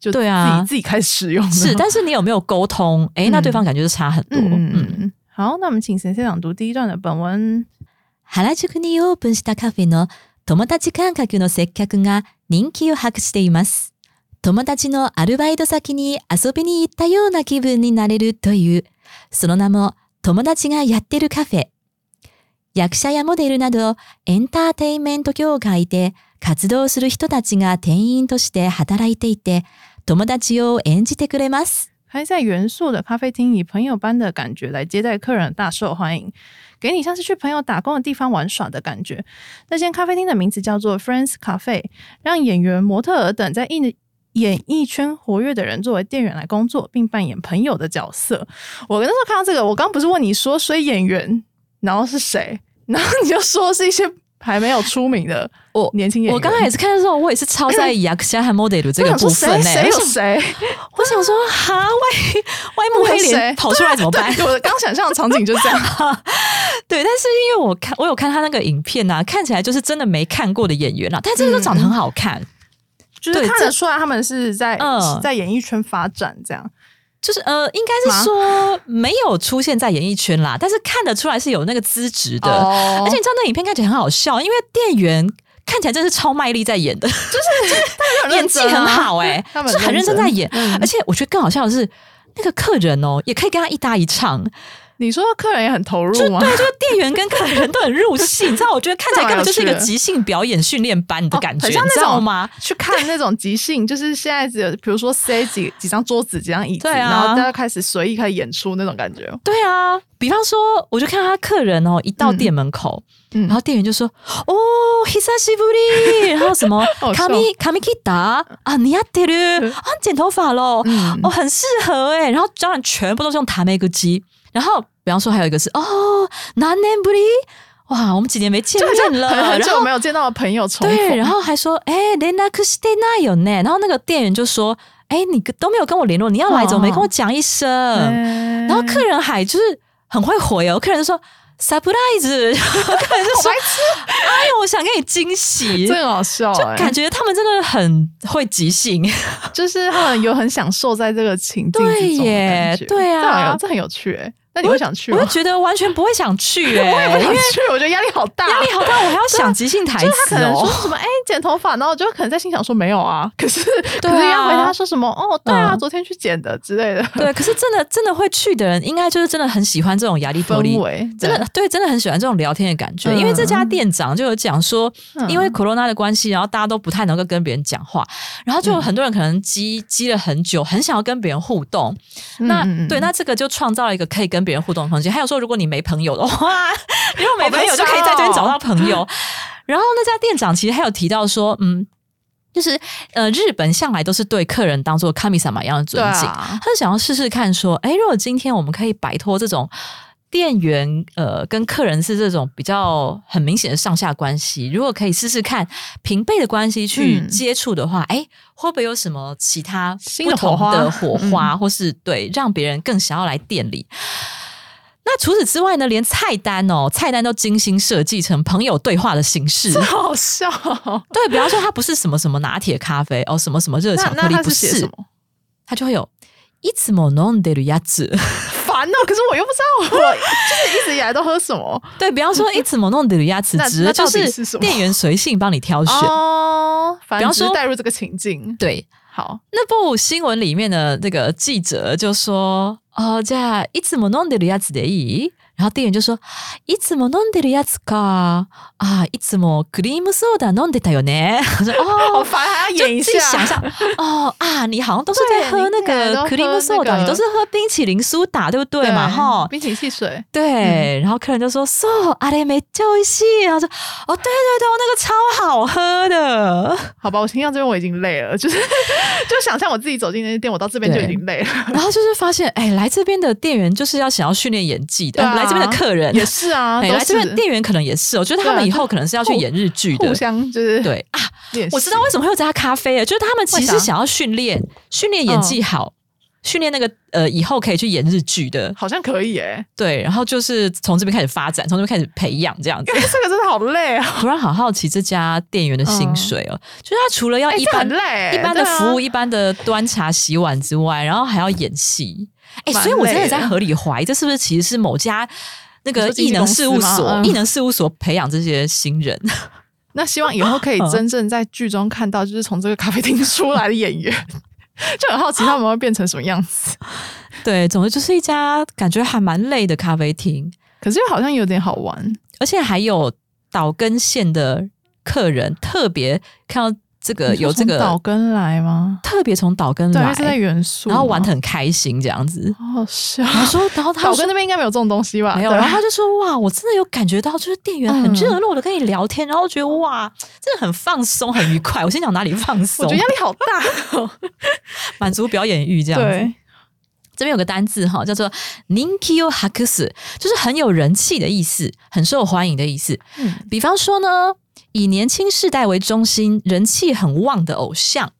Speaker 2: 就自己、
Speaker 1: 对啊
Speaker 2: 自己开始使用的话，
Speaker 1: 是，但是你有没有沟通？哎，那
Speaker 2: 嗯
Speaker 1: 对方感觉就差很多。
Speaker 2: 嗯嗯
Speaker 1: 嗯
Speaker 2: 嗯。嗯。好，那我们请先生朗读第一段的本文。
Speaker 1: 原宿にオープンしたカフェの友達感覚の接客が人気を博しています。友達のアルバイト先に遊びに行ったような気分になれるという、その名も友達がやってるカフェ。役者やモデルなどエンターテインメント業界で活動する人たちが店員として働いていて、友達を演じてくれます。
Speaker 2: 开在元素的咖啡厅，以朋友般的感觉来接待客人，大受欢迎，给你像是去朋友打工的地方玩耍的感觉。那间咖啡厅的名字叫做 Friends Cafe，让演员、模特儿等在艺演艺圈活跃的人作为店员来工作，并扮演朋友的角色。我那时候看到这个，我刚不是问你说，所以演员然后是谁？然后你就说是一些还没有出名的
Speaker 1: 我
Speaker 2: 年轻演员。
Speaker 1: 我刚开始看的时候，我也是超在意 Yakuza 和 Model 这
Speaker 2: 我
Speaker 1: 个部
Speaker 2: 想说
Speaker 1: 分欸呢、
Speaker 2: 谁谁
Speaker 1: 为
Speaker 2: 有
Speaker 1: 什么
Speaker 2: 谁？
Speaker 1: 我想说，哈，外外幕黑
Speaker 2: 啊谁
Speaker 1: 脸跑出来怎么办？
Speaker 2: 对，啊我刚想象的场景就是这样。
Speaker 1: 对，但是因为我看我 啊
Speaker 2: 嗯
Speaker 1: 有看他那个影片啊，看起来就是真的没看过的演员啦、但真的都长得很好看。
Speaker 2: 就就是
Speaker 1: 对
Speaker 2: 看
Speaker 1: 这
Speaker 2: 得出来他们是在、
Speaker 1: 嗯
Speaker 2: 在演艺圈发展这样。
Speaker 1: 就是呃，应该是
Speaker 2: 吗
Speaker 1: 说没有出现在演艺圈啦，但是看得出来是有那个资质的。
Speaker 2: 哦
Speaker 1: 而且你知道那影片看起来很好笑，因为店员看起来真是超卖力在演的，
Speaker 2: 他们
Speaker 1: 演技
Speaker 2: 认真
Speaker 1: 很
Speaker 2: 啊
Speaker 1: 好 哎、
Speaker 2: 他们
Speaker 1: 就是很认真在演。
Speaker 2: 嗯
Speaker 1: 而且我觉得更好笑的是，那个客人哦，也可以跟他一搭一唱，
Speaker 2: 你说客人也很投入吗？
Speaker 1: 对，啊就是店员跟客人都很入戏，你知道？我觉得看起来 根本就是一个即兴表演训练班的感觉，
Speaker 2: 啊哦很像
Speaker 1: 你
Speaker 2: 那
Speaker 1: 知道
Speaker 2: 种
Speaker 1: 吗？
Speaker 2: 去看那种即兴，就是现在只有比如说塞几几张桌子、几张椅子，
Speaker 1: 对啊
Speaker 2: 然后大家开始随意开始演出那种感觉。哦
Speaker 1: 对啊，比方说，我就看他客人哦，一到店门口，
Speaker 2: 嗯
Speaker 1: 然后店员就说：“哦，hisashiburi，然后什么
Speaker 2: 好笑嗯
Speaker 1: kami kami kita 啊，你要得了啊，剪头发喽，
Speaker 2: 嗯
Speaker 1: 哦，很适合哎。”然后当然全部都是用塔梅格机，然后比方说还有一个是哦，南年不离，哇，我们几年没见
Speaker 2: 就好像
Speaker 1: 面了，
Speaker 2: 很很
Speaker 1: 然后
Speaker 2: 久没有见到的朋友重
Speaker 1: 对，
Speaker 2: 逢，
Speaker 1: 然后还说，哎、连那可是得那有呢。然后那个店员就说，哎、你都没有跟我联络，你要来怎么没跟我讲一声？
Speaker 2: 哦嗯
Speaker 1: 然后客人还就是很会回哦，客人就说 surprise，客人就说， 哎呦，我想给你惊喜，
Speaker 2: 真的好笑
Speaker 1: 就
Speaker 2: 哎、
Speaker 1: 感觉他们真的很会即兴。
Speaker 2: 就是他们有很享受在这个情境
Speaker 1: 对
Speaker 2: 之中的感觉
Speaker 1: 耶对啊
Speaker 2: 这很有这很有趣哎、那你会想去
Speaker 1: 我
Speaker 2: 吗
Speaker 1: 就？觉得完全不会想去、
Speaker 2: 我也
Speaker 1: 哎，
Speaker 2: 不
Speaker 1: 因
Speaker 2: 想
Speaker 1: 为
Speaker 2: 去，我觉得压力好大。
Speaker 1: 压 力好大，我还要想即兴台
Speaker 2: 就是他
Speaker 1: 词
Speaker 2: 可能说
Speaker 1: 哦。
Speaker 2: 什么哎、剪头发，然后我就可能在心想说没有啊，可是、
Speaker 1: 对
Speaker 2: 可
Speaker 1: 啊
Speaker 2: 是要回答说什么哦对啊、
Speaker 1: 嗯
Speaker 2: 昨天去剪的之类的
Speaker 1: 对，可是真的真的会去的人，应该就是真的很喜欢这种压力玻璃
Speaker 2: 氛围，
Speaker 1: 真的对，真的很喜欢这种聊天的感觉。因为这家店长就有讲说，
Speaker 2: 嗯
Speaker 1: 因为 corona 的关系，然后大家都不太能够跟别人讲话，然后就有很多人可能积积了很久，很想要跟别人互动。
Speaker 2: 嗯
Speaker 1: 那
Speaker 2: 嗯嗯
Speaker 1: 对，那这个就创造了一个可以跟别人互动的空间。还有说，如果你没朋友的 话，如果没朋友就可以在这边找到朋友。然后那家店长其实还有提到说，嗯。就是呃，日本向来都是对客人当做卡米萨玛一样的尊
Speaker 2: 对
Speaker 1: 敬，
Speaker 2: 啊，
Speaker 1: 他就想要试试看，说，哎，如果今天我们可以摆脱这种店员呃跟客人是这种比较很明显的上下关系，如果可以试试看平辈的关系去
Speaker 2: 嗯
Speaker 1: 接触的话，哎、会不会有什么其他
Speaker 2: 新
Speaker 1: 不
Speaker 2: 的火
Speaker 1: 同
Speaker 2: 花嗯
Speaker 1: 的火花，或是对让别人更想要来店里？那除此之外呢，连菜单哦，菜单都精心设计成朋友对话的形式。
Speaker 2: 好笑哦。
Speaker 1: 对，比方说它不是什么什么拿铁咖啡哦，什么什么热
Speaker 2: 那
Speaker 1: 巧克
Speaker 2: 那
Speaker 1: 力，
Speaker 2: 他
Speaker 1: 不
Speaker 2: 是写什
Speaker 1: 是，
Speaker 2: 么？
Speaker 1: 它就会有いつも飲んでるやつ。
Speaker 2: 烦哦，可是我又不知 道我就是一直以来都喝什么
Speaker 1: 对，比方说一直某弄的牙齿
Speaker 2: 那
Speaker 1: 值，
Speaker 2: 那
Speaker 1: 就
Speaker 2: 到底
Speaker 1: 是
Speaker 2: 是什么
Speaker 1: 店员随性帮你挑选。
Speaker 2: 哦，反
Speaker 1: 比
Speaker 2: 正
Speaker 1: 方
Speaker 2: 只是
Speaker 1: 说
Speaker 2: 带入这个情境。
Speaker 1: 对，
Speaker 2: 好，
Speaker 1: 那部新闻里面的那个记者就说：“哦，じゃあいつも飲んでるやつでいい？”然后店员就说：“いつも飲んでるやつか。啊，いつもクリームソー ダ飲んでたよ ね。”我说：“
Speaker 2: 好
Speaker 1: 哦。”
Speaker 2: 烦，还要
Speaker 1: 就
Speaker 2: 哦演一
Speaker 1: 自己
Speaker 2: 下，
Speaker 1: 想象哦啊，你好像都是在
Speaker 2: 对
Speaker 1: 喝
Speaker 2: 你
Speaker 1: 那
Speaker 2: 本来
Speaker 1: 个
Speaker 2: 都喝
Speaker 1: cream
Speaker 2: 那
Speaker 1: soda，
Speaker 2: 个
Speaker 1: 你都是喝冰淇淋苏打，对不对嘛？哈，
Speaker 2: 冰淇淋汽水，
Speaker 1: 嗯对，然后客人就说 “so 阿雷美就一系”，然后说“哦，对对对，那个超好喝的
Speaker 2: 好吧，我听到这边我已经累了，就是 就想象我自己走进那些店，我到这边就
Speaker 1: 对
Speaker 2: 已经累了。”。
Speaker 1: 然后就是发现，哎，来这边的店员就是要想要训练演技的，
Speaker 2: 对啊
Speaker 1: 呃来这边的客人
Speaker 2: 也。是啊，
Speaker 1: 哎，
Speaker 2: 都
Speaker 1: 来这边
Speaker 2: 是
Speaker 1: 店员可能也是，我觉得他
Speaker 2: 对啊
Speaker 1: 们以
Speaker 2: 就
Speaker 1: 后可能是要去
Speaker 2: 互
Speaker 1: 演日剧的
Speaker 2: 互。相就是
Speaker 1: 对 啊，
Speaker 2: 练习
Speaker 1: 我知道为什么会有这家咖啡了，就是他们其
Speaker 2: 为啥
Speaker 1: 实想要训练训练演技好，训练那个呃以后可以去演日剧的，
Speaker 2: 好像可以 诶，
Speaker 1: 对。然后就是从这边开始发展，从这边开始培养这样子
Speaker 2: 因。为哎这个真的好累啊，
Speaker 1: 突然好好奇这家店员的薪水哦，就是他除了要
Speaker 2: 哎
Speaker 1: 一
Speaker 2: 这
Speaker 1: 般
Speaker 2: 很累，
Speaker 1: 一般的
Speaker 2: 对啊
Speaker 1: 服务、一般的端茶洗碗之外，然后还要演戏，哎、
Speaker 2: 蛮
Speaker 1: 所以我真
Speaker 2: 累
Speaker 1: 的
Speaker 2: 的
Speaker 1: 在合理怀疑，这是不是其实是某家那
Speaker 2: 你
Speaker 1: 个
Speaker 2: 说经纪
Speaker 1: 艺能事务
Speaker 2: 公司
Speaker 1: 所、
Speaker 2: 吗嗯
Speaker 1: 艺能事务所培养这些新人？
Speaker 2: 那希望以后可以真正在剧中看到，就是从这个咖啡厅出来的演员， 就很好奇他们会变成什么样 子。
Speaker 1: 对，总之就是一家感觉还蛮累的咖啡厅，
Speaker 2: 可是又好像有点好玩，
Speaker 1: 而且还有岛根县的客人特别看到这个呃有这
Speaker 2: 你说从岛
Speaker 1: 个
Speaker 2: 根来吗？
Speaker 1: 特别从岛根
Speaker 2: 对，因
Speaker 1: 来
Speaker 2: 为是，在元素，
Speaker 1: 然后玩得很开心这样子。
Speaker 2: 好好笑。
Speaker 1: 然后说，然后他
Speaker 2: 岛
Speaker 1: 说
Speaker 2: 根那边应该没有这种东西吧？
Speaker 1: 没有，
Speaker 2: 对
Speaker 1: 然
Speaker 2: 吧
Speaker 1: 后他就说：“哇，我真的有感觉到，就是店员很
Speaker 2: 嗯
Speaker 1: 热络的跟你聊天，然后觉得哇，真的很放松，很愉快。”我先讲哪里放
Speaker 2: 我
Speaker 1: 松
Speaker 2: 觉得，压力好大哦。
Speaker 1: 满足表演欲这样子。
Speaker 2: 对，
Speaker 1: 这边有个单字哈，叫做 “ninkyo hakus”，就是很有人气的意思，很受欢迎的意思。
Speaker 2: 嗯
Speaker 1: 比方说呢，以年轻世代为中心、人气很旺的偶像，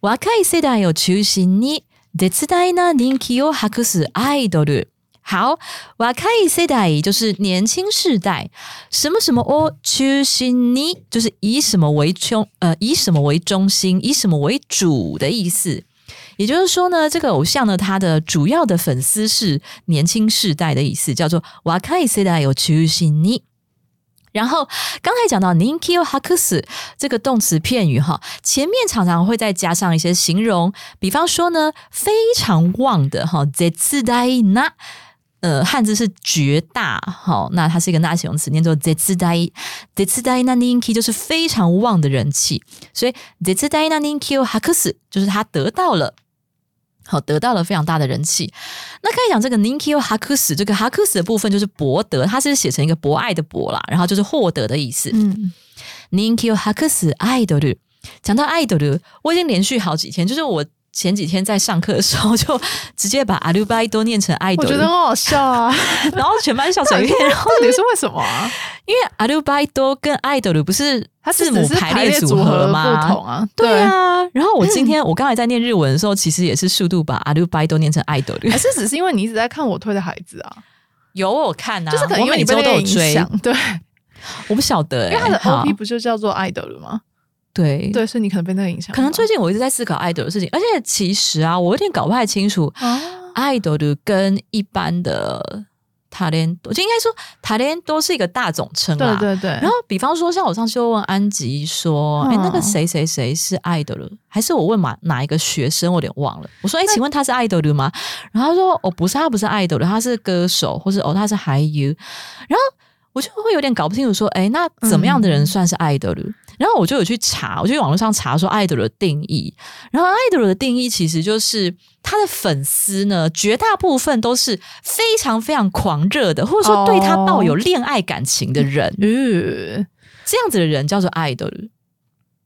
Speaker 1: 若い世代を中心に絶大な人気を博すアイドル。好，若い世代就是年轻世代，什么什么を中心に就是以什么为中呃以什么为中心，以什么为主的意思。也就是说呢，这个偶像呢，他的主要的粉丝是年轻世代的意思，叫做若い世代を中心に。然后刚才讲到 “ninkyo hakus” 这个动词片语哈，前面常常会再加上一些形容，比方说呢，非常旺的哈 z e t s d a i n a 呃，汉字是绝大，好，那它是一个那形容词，念作 z e t s d a i z e t s d a i n a ninki 就是非常旺的人气，所以 z e t s d a i n a ninkyo hakus 就是他得到了。好，得到了非常大的人气。那刚才讲这个 Ninkyo Hakus，这个 Hakus 的部分就是博得，它是写成一个博爱的博啦，然后就是获得的意思。
Speaker 2: 嗯，
Speaker 1: Ninkyo Hakus Idol，讲到 Idol，我已经连续好几天，就是我前几天在上课的时候就直接把阿鲁巴多念成 idol，
Speaker 2: 我觉得很好笑 啊，
Speaker 1: 然后全班笑成 一片，然后
Speaker 2: 到底是为什么啊？
Speaker 1: 因为阿鲁巴多跟 idol 不是
Speaker 2: 它是
Speaker 1: 字
Speaker 2: 只
Speaker 1: 母
Speaker 2: 是排
Speaker 1: 排列
Speaker 2: 组
Speaker 1: 组合
Speaker 2: 不
Speaker 1: 吗？
Speaker 2: 同啊，
Speaker 1: 对。啊，然后我今天我刚才在念日文的时候，其实也是速度把阿鲁巴多念成 idol。
Speaker 2: 还是只是因为你一直在看我推的孩子啊，
Speaker 1: 有我有看啊，
Speaker 2: 就是可能
Speaker 1: 我
Speaker 2: 因为
Speaker 1: 每
Speaker 2: 你被
Speaker 1: 周
Speaker 2: 那
Speaker 1: 都
Speaker 2: 个
Speaker 1: 有
Speaker 2: 影
Speaker 1: 追，
Speaker 2: 响，对，
Speaker 1: 我不晓得、欸，
Speaker 2: 因为他的
Speaker 1: 好
Speaker 2: OP 不就叫做爱德了吗？
Speaker 1: 对。
Speaker 2: 对，所以你可能被那个影响吧，
Speaker 1: 可能最近我一直在思考爱豆的事情，而且其实啊，我有点搞不太清楚
Speaker 2: 啊，
Speaker 1: 爱豆的跟一般的塔连多，就应该说塔连多是一个大总称啦。
Speaker 2: 对对对，
Speaker 1: 然后，比方说，像我上次就问安吉说：“哎、
Speaker 2: 嗯
Speaker 1: 那个谁谁谁是爱豆的？还是我问哪哪一个学生？我有点忘了。我说：‘哎、请问他是爱豆的吗？’然后他说：‘哦，不是，他不是爱豆的，他是歌手，或是哦，他是还 u 然后我就会有点搞不清楚，说：‘哎、那怎么样的人算是爱豆的？’然后我就有去查，我就去网络上查说爱豆的定义。然后爱豆的定义其实就是他的粉丝呢，绝大部分都是非常非常狂热的，或者说对他抱有恋爱感情的人。
Speaker 2: 呃，
Speaker 1: 这样子的人叫做 idol。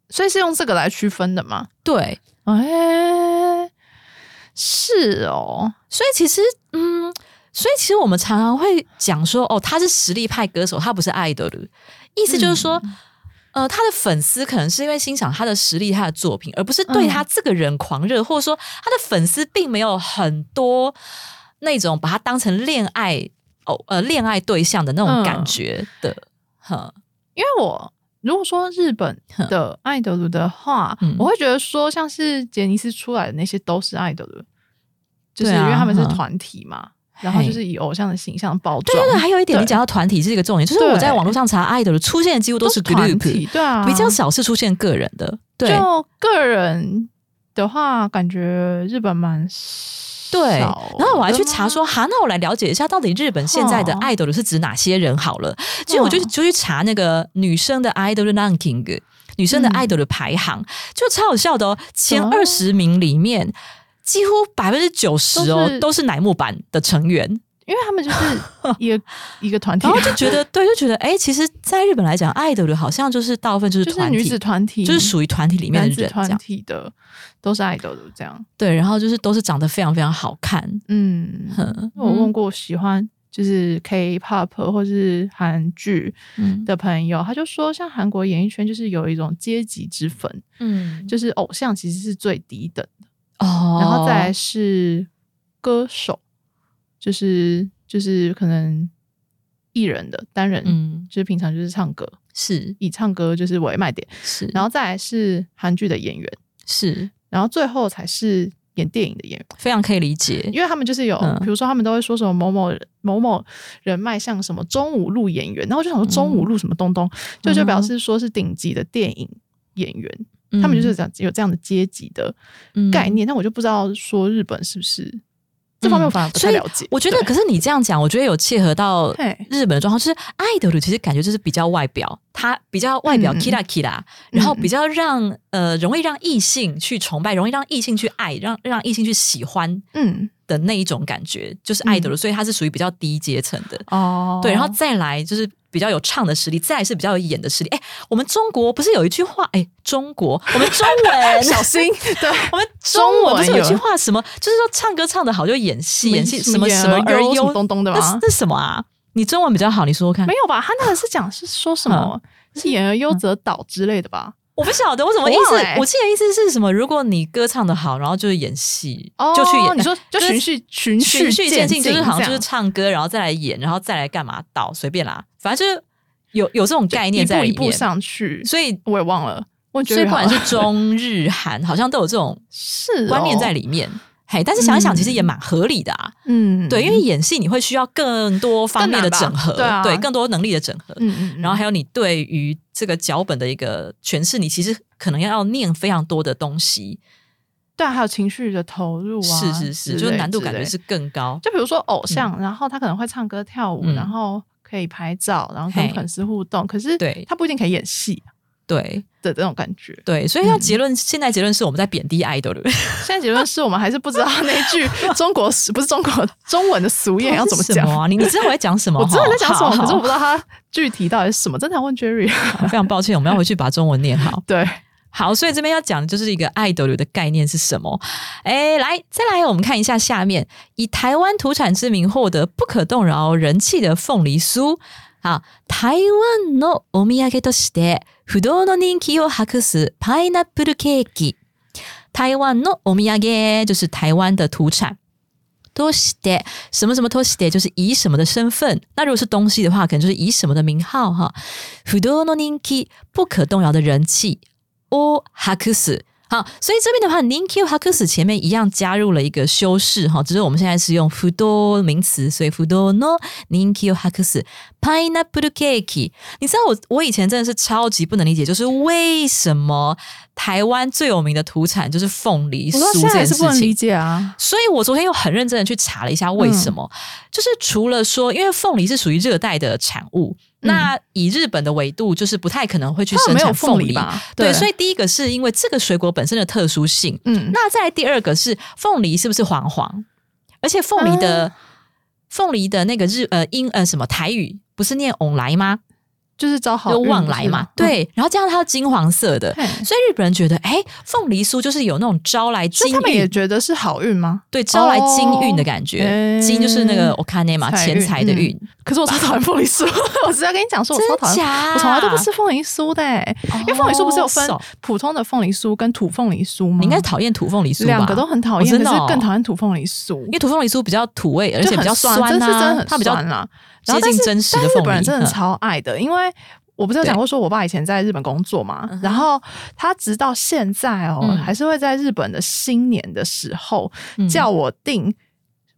Speaker 2: 所以是用这个来区分的吗？
Speaker 1: 对，
Speaker 2: 哎、是哦，
Speaker 1: 所以其实，嗯，所以其实我们常常会讲说，哦，他是实力派歌手，他不是 idol。意思就是说，呃，他的粉丝可能是因为欣赏他的实力、他的作品，而不是对他这个人狂热，或者说他的粉丝并没有很多那种把他当成恋爱哦呃恋爱对象的那种感觉的。哼，
Speaker 2: 因为我如果说日本的爱德鲁的话，
Speaker 1: 嗯
Speaker 2: 我会觉得说像是杰尼斯出来的那些都是爱德鲁，就是
Speaker 1: 对啊
Speaker 2: 因为他们是
Speaker 1: 嗯
Speaker 2: 团体嘛，然后就是以偶像的形象包装，
Speaker 1: 对啊对对，还有一点，
Speaker 2: 对
Speaker 1: 你讲到团体是一个重点，就是
Speaker 2: 对
Speaker 1: 我在网络上查 idol 出现的几乎都是 group，
Speaker 2: 团体，对啊，
Speaker 1: 比较少是出现个人的，对
Speaker 2: 就个人的话，感觉日本蛮少
Speaker 1: 对。
Speaker 2: 的吗
Speaker 1: 然后我还去查说，哈，那我来了解一下，到底日本现在的
Speaker 2: 哦
Speaker 1: idol 是指哪些人好了。所以我就
Speaker 2: 哦
Speaker 1: 就去查那个女生的 idol ranking，女生的
Speaker 2: 嗯
Speaker 1: idol 的排行，就超好笑的哦，前
Speaker 2: 哦
Speaker 1: 二十名里面。几乎百分之九十哦
Speaker 2: 都是
Speaker 1: 都是乃木坂的成员，
Speaker 2: 因为他们就是一 个一个团体啊
Speaker 1: 然，后就觉 得对，就觉得哎、其实在日本来讲，idol 好像就是大部分就是
Speaker 2: 就是
Speaker 1: 团体，
Speaker 2: 女子团体，
Speaker 1: 就是属于团体里面的
Speaker 2: 男
Speaker 1: 人
Speaker 2: 子
Speaker 1: 这
Speaker 2: 团
Speaker 1: 样。
Speaker 2: 体的都是爱豆的这样。
Speaker 1: 对，然后就是都是长得非常非常好看，
Speaker 2: 嗯，
Speaker 1: 哼
Speaker 2: 我问过喜欢就是 K-pop 或是韩剧
Speaker 1: 嗯
Speaker 2: 的朋友，他就说，像韩国演艺圈就是有一种阶级之分，
Speaker 1: 嗯，
Speaker 2: 就是偶像其实是最低等，
Speaker 1: 哦，
Speaker 2: 然后再来是歌手，就是就是可能艺人的单人，
Speaker 1: 嗯
Speaker 2: 就是平常就是唱歌，
Speaker 1: 是
Speaker 2: 以唱歌就是为卖点，
Speaker 1: 是，
Speaker 2: 然
Speaker 1: 后
Speaker 2: 后再来是韩剧的演员，
Speaker 1: 是
Speaker 2: 然后最后才是演电影的演员。
Speaker 1: 非常可以理解，
Speaker 2: 因为他们就是有，
Speaker 1: 嗯
Speaker 2: 比如说他们都会说什么某某人某某人迈向什么中五路演员，然后我就想说中
Speaker 1: 哦
Speaker 2: 五路什么东东，就就表示说是顶级的电影演员，他们
Speaker 1: 嗯
Speaker 2: 就是这样有这样的阶级的概念，但我就不知道说日本是不是这方面我反而不太了解。
Speaker 1: 嗯我觉得，可是你这样讲，我觉得有切合到
Speaker 2: 对嘿
Speaker 1: 日本的状况，就是爱德鲁其实感觉就是比较外表，他比较外表
Speaker 2: 嗯
Speaker 1: kira kira，然后比较让呃容易让异性去崇拜，容易让异性去爱，让让异性去喜欢
Speaker 2: 嗯
Speaker 1: 的那一种感觉，就是爱德鲁，所以他是属于比较低阶层的。
Speaker 2: 哦，
Speaker 1: 对，然后再来就是比较有唱的实力，再来是比较有演的实力。哎，我们中国不是有一句话？哎，中国，我们中 文
Speaker 2: 小心对。
Speaker 1: 我们中文不是有一句
Speaker 2: 中文有
Speaker 1: 话什么？就是说唱歌唱的好就演戏，演戏
Speaker 2: 什
Speaker 1: 么什么
Speaker 2: 演而
Speaker 1: 优
Speaker 2: 什么东东的
Speaker 1: 那是
Speaker 2: 吗？
Speaker 1: 那是什么啊？你中文比较好，你说说看嗯
Speaker 2: 没。有吧？他那个是讲是说什么？是演而优则导之类的吧？
Speaker 1: 我不晓得我怎么
Speaker 2: 我
Speaker 1: 意
Speaker 2: 忘
Speaker 1: 思
Speaker 2: 了，欸
Speaker 1: 我记得意思是什么？如果你歌唱的好，然后就是演戏，
Speaker 2: 哦，
Speaker 1: 就去演。
Speaker 2: 你说就
Speaker 1: 就是
Speaker 2: 循序循
Speaker 1: 循序渐进，
Speaker 2: 进，
Speaker 1: 就是好像就
Speaker 2: 这
Speaker 1: 是
Speaker 2: 样
Speaker 1: 唱歌，然后再来演，然后再来干嘛倒随便啦，反正就是有有这种概念
Speaker 2: 一
Speaker 1: 在
Speaker 2: 步
Speaker 1: 里
Speaker 2: 一
Speaker 1: 面。
Speaker 2: 步上去。
Speaker 1: 所以
Speaker 2: 我也忘了，我觉
Speaker 1: 所以
Speaker 2: 得
Speaker 1: 不
Speaker 2: 好
Speaker 1: 管
Speaker 2: 像
Speaker 1: 是中日
Speaker 2: 哦
Speaker 1: 韩，好像都有这种
Speaker 2: 是
Speaker 1: 观念
Speaker 2: 哦
Speaker 1: 在里面。嘿，但是想一想，其实也蛮合理的啊。
Speaker 2: 嗯，
Speaker 1: 对，因为演戏你会需要更多方面的
Speaker 2: 更难吧
Speaker 1: 整合，
Speaker 2: 对啊
Speaker 1: 更多能力的整合。
Speaker 2: 嗯嗯，嗯
Speaker 1: 然后还有你对于这个脚本的一个诠释，你其实可能要念非常多的东西，
Speaker 2: 对啊，还有情绪的投入啊，
Speaker 1: 是是是，
Speaker 2: 之
Speaker 1: 就是
Speaker 2: 类
Speaker 1: 难度
Speaker 2: 之
Speaker 1: 感觉
Speaker 2: 类
Speaker 1: 是更高。
Speaker 2: 就比如说偶像，然后他可能会唱歌跳舞，
Speaker 1: 嗯
Speaker 2: 然后可以拍照，然后
Speaker 1: 嘿
Speaker 2: 跟粉丝互动，可是
Speaker 1: 对
Speaker 2: 他不一定可以演戏
Speaker 1: 对
Speaker 2: 的这种感觉。
Speaker 1: 对，所以要
Speaker 2: 嗯
Speaker 1: 结论，现在结论是我们在贬低 idol 的
Speaker 2: 现在结论是我们还是不知道那句中国俗 不是中国中文的俗谚要怎么
Speaker 1: 什
Speaker 2: 讲。
Speaker 1: 么啊？ 你你知道我在讲什么？
Speaker 2: 我知道你在讲什么，
Speaker 1: 好
Speaker 2: 可是我不
Speaker 1: 好
Speaker 2: 知道它具体到底是什么。真的要问 Jerry。
Speaker 1: 好非常抱歉，我们要回去把中文念好。
Speaker 2: 对，
Speaker 1: 好，所以这边要讲的就是一个爱斗流的概念是什么？哎，来，再来，我们看一下下面，以台湾土产之名获得不可动摇人气的凤梨酥。好，台湾のお土産として不動の人気を博すパイナップルケーキ。台湾のお土産就是台湾的土产。都是的，什么什么都是的，就是以什么的身份。那如果是东西的话，可能就是以什么的名号哈。不動の人気不可动摇的人气を博す。好，所以这边的话，人気を博す前面一样加入了一个修饰哈，只是我们现在是用不動名词，所以不動の人気を博すパイナップルケーキ。你知道我我以前真的是超级不能理解，就是为什么台湾最有名的土产就是凤梨
Speaker 2: 我
Speaker 1: 酥
Speaker 2: 到现
Speaker 1: 这
Speaker 2: 在还
Speaker 1: 件
Speaker 2: 是
Speaker 1: 事
Speaker 2: 不能
Speaker 1: 情
Speaker 2: 理。解啊。
Speaker 1: 所以我昨天又很认真的去查了一下为什么，
Speaker 2: 嗯
Speaker 1: 就是除了说，因为凤梨是属于热带的产物，
Speaker 2: 嗯
Speaker 1: 那以日本的纬度，就是不太可能会去
Speaker 2: 他们
Speaker 1: 生
Speaker 2: 没有
Speaker 1: 产
Speaker 2: 凤
Speaker 1: 凤
Speaker 2: 梨吧？
Speaker 1: 对，所以第一个是因为这个水果本身的特殊性，
Speaker 2: 嗯，
Speaker 1: 那再来第二个是凤梨是不是黄黄？而且凤梨的、
Speaker 2: 啊
Speaker 1: 凤梨的那个日呃英呃什么台语不是
Speaker 2: 哦
Speaker 1: 念往来吗？
Speaker 2: 就是招好
Speaker 1: 就
Speaker 2: 运
Speaker 1: 往来嘛，，嗯对，然后加上它是金黄色的
Speaker 2: 不。是吗嘿
Speaker 1: 所以日本人觉得，哎，凤梨酥就是有那种招来
Speaker 2: 所
Speaker 1: 金
Speaker 2: 以他们
Speaker 1: 运
Speaker 2: 也觉得是好运吗？
Speaker 1: 对，招来金运的感觉。
Speaker 2: 哦
Speaker 1: 金就是那个 okane 嘛，
Speaker 2: 财运
Speaker 1: 钱财的运。
Speaker 2: 可是我超讨厌凤梨 酥，我只要跟你讲说，我超讨
Speaker 1: 真
Speaker 2: 厌，
Speaker 1: 假？
Speaker 2: 我从来都不吃凤梨酥的、欸，
Speaker 1: 哦，
Speaker 2: 因为凤梨酥不是有分嗯
Speaker 1: 手
Speaker 2: 普通的凤梨酥跟土凤梨酥吗？
Speaker 1: 你应该是讨厌土凤梨酥吧？
Speaker 2: 两个都很讨厌，
Speaker 1: 哦真的哦
Speaker 2: 可是更讨厌土凤梨酥
Speaker 1: 因，为土凤梨酥比较土味，而
Speaker 2: 就
Speaker 1: 且比较
Speaker 2: 很
Speaker 1: 酸
Speaker 2: 真是真的
Speaker 1: 啊
Speaker 2: 很，
Speaker 1: 它比较
Speaker 2: 酸啦。
Speaker 1: 接
Speaker 2: 然后但
Speaker 1: 近
Speaker 2: 是
Speaker 1: 真实的
Speaker 2: 但日
Speaker 1: 凤
Speaker 2: 本人
Speaker 1: 梨。
Speaker 2: 真的
Speaker 1: 嗯
Speaker 2: 超爱的，因为。我不是有讲过，说我爸以前在日本工作嘛，
Speaker 1: 嗯哼
Speaker 2: 然后他直到现在哦，
Speaker 1: 嗯
Speaker 2: 还是会在日本的新年的时候、
Speaker 1: 嗯
Speaker 2: 叫我订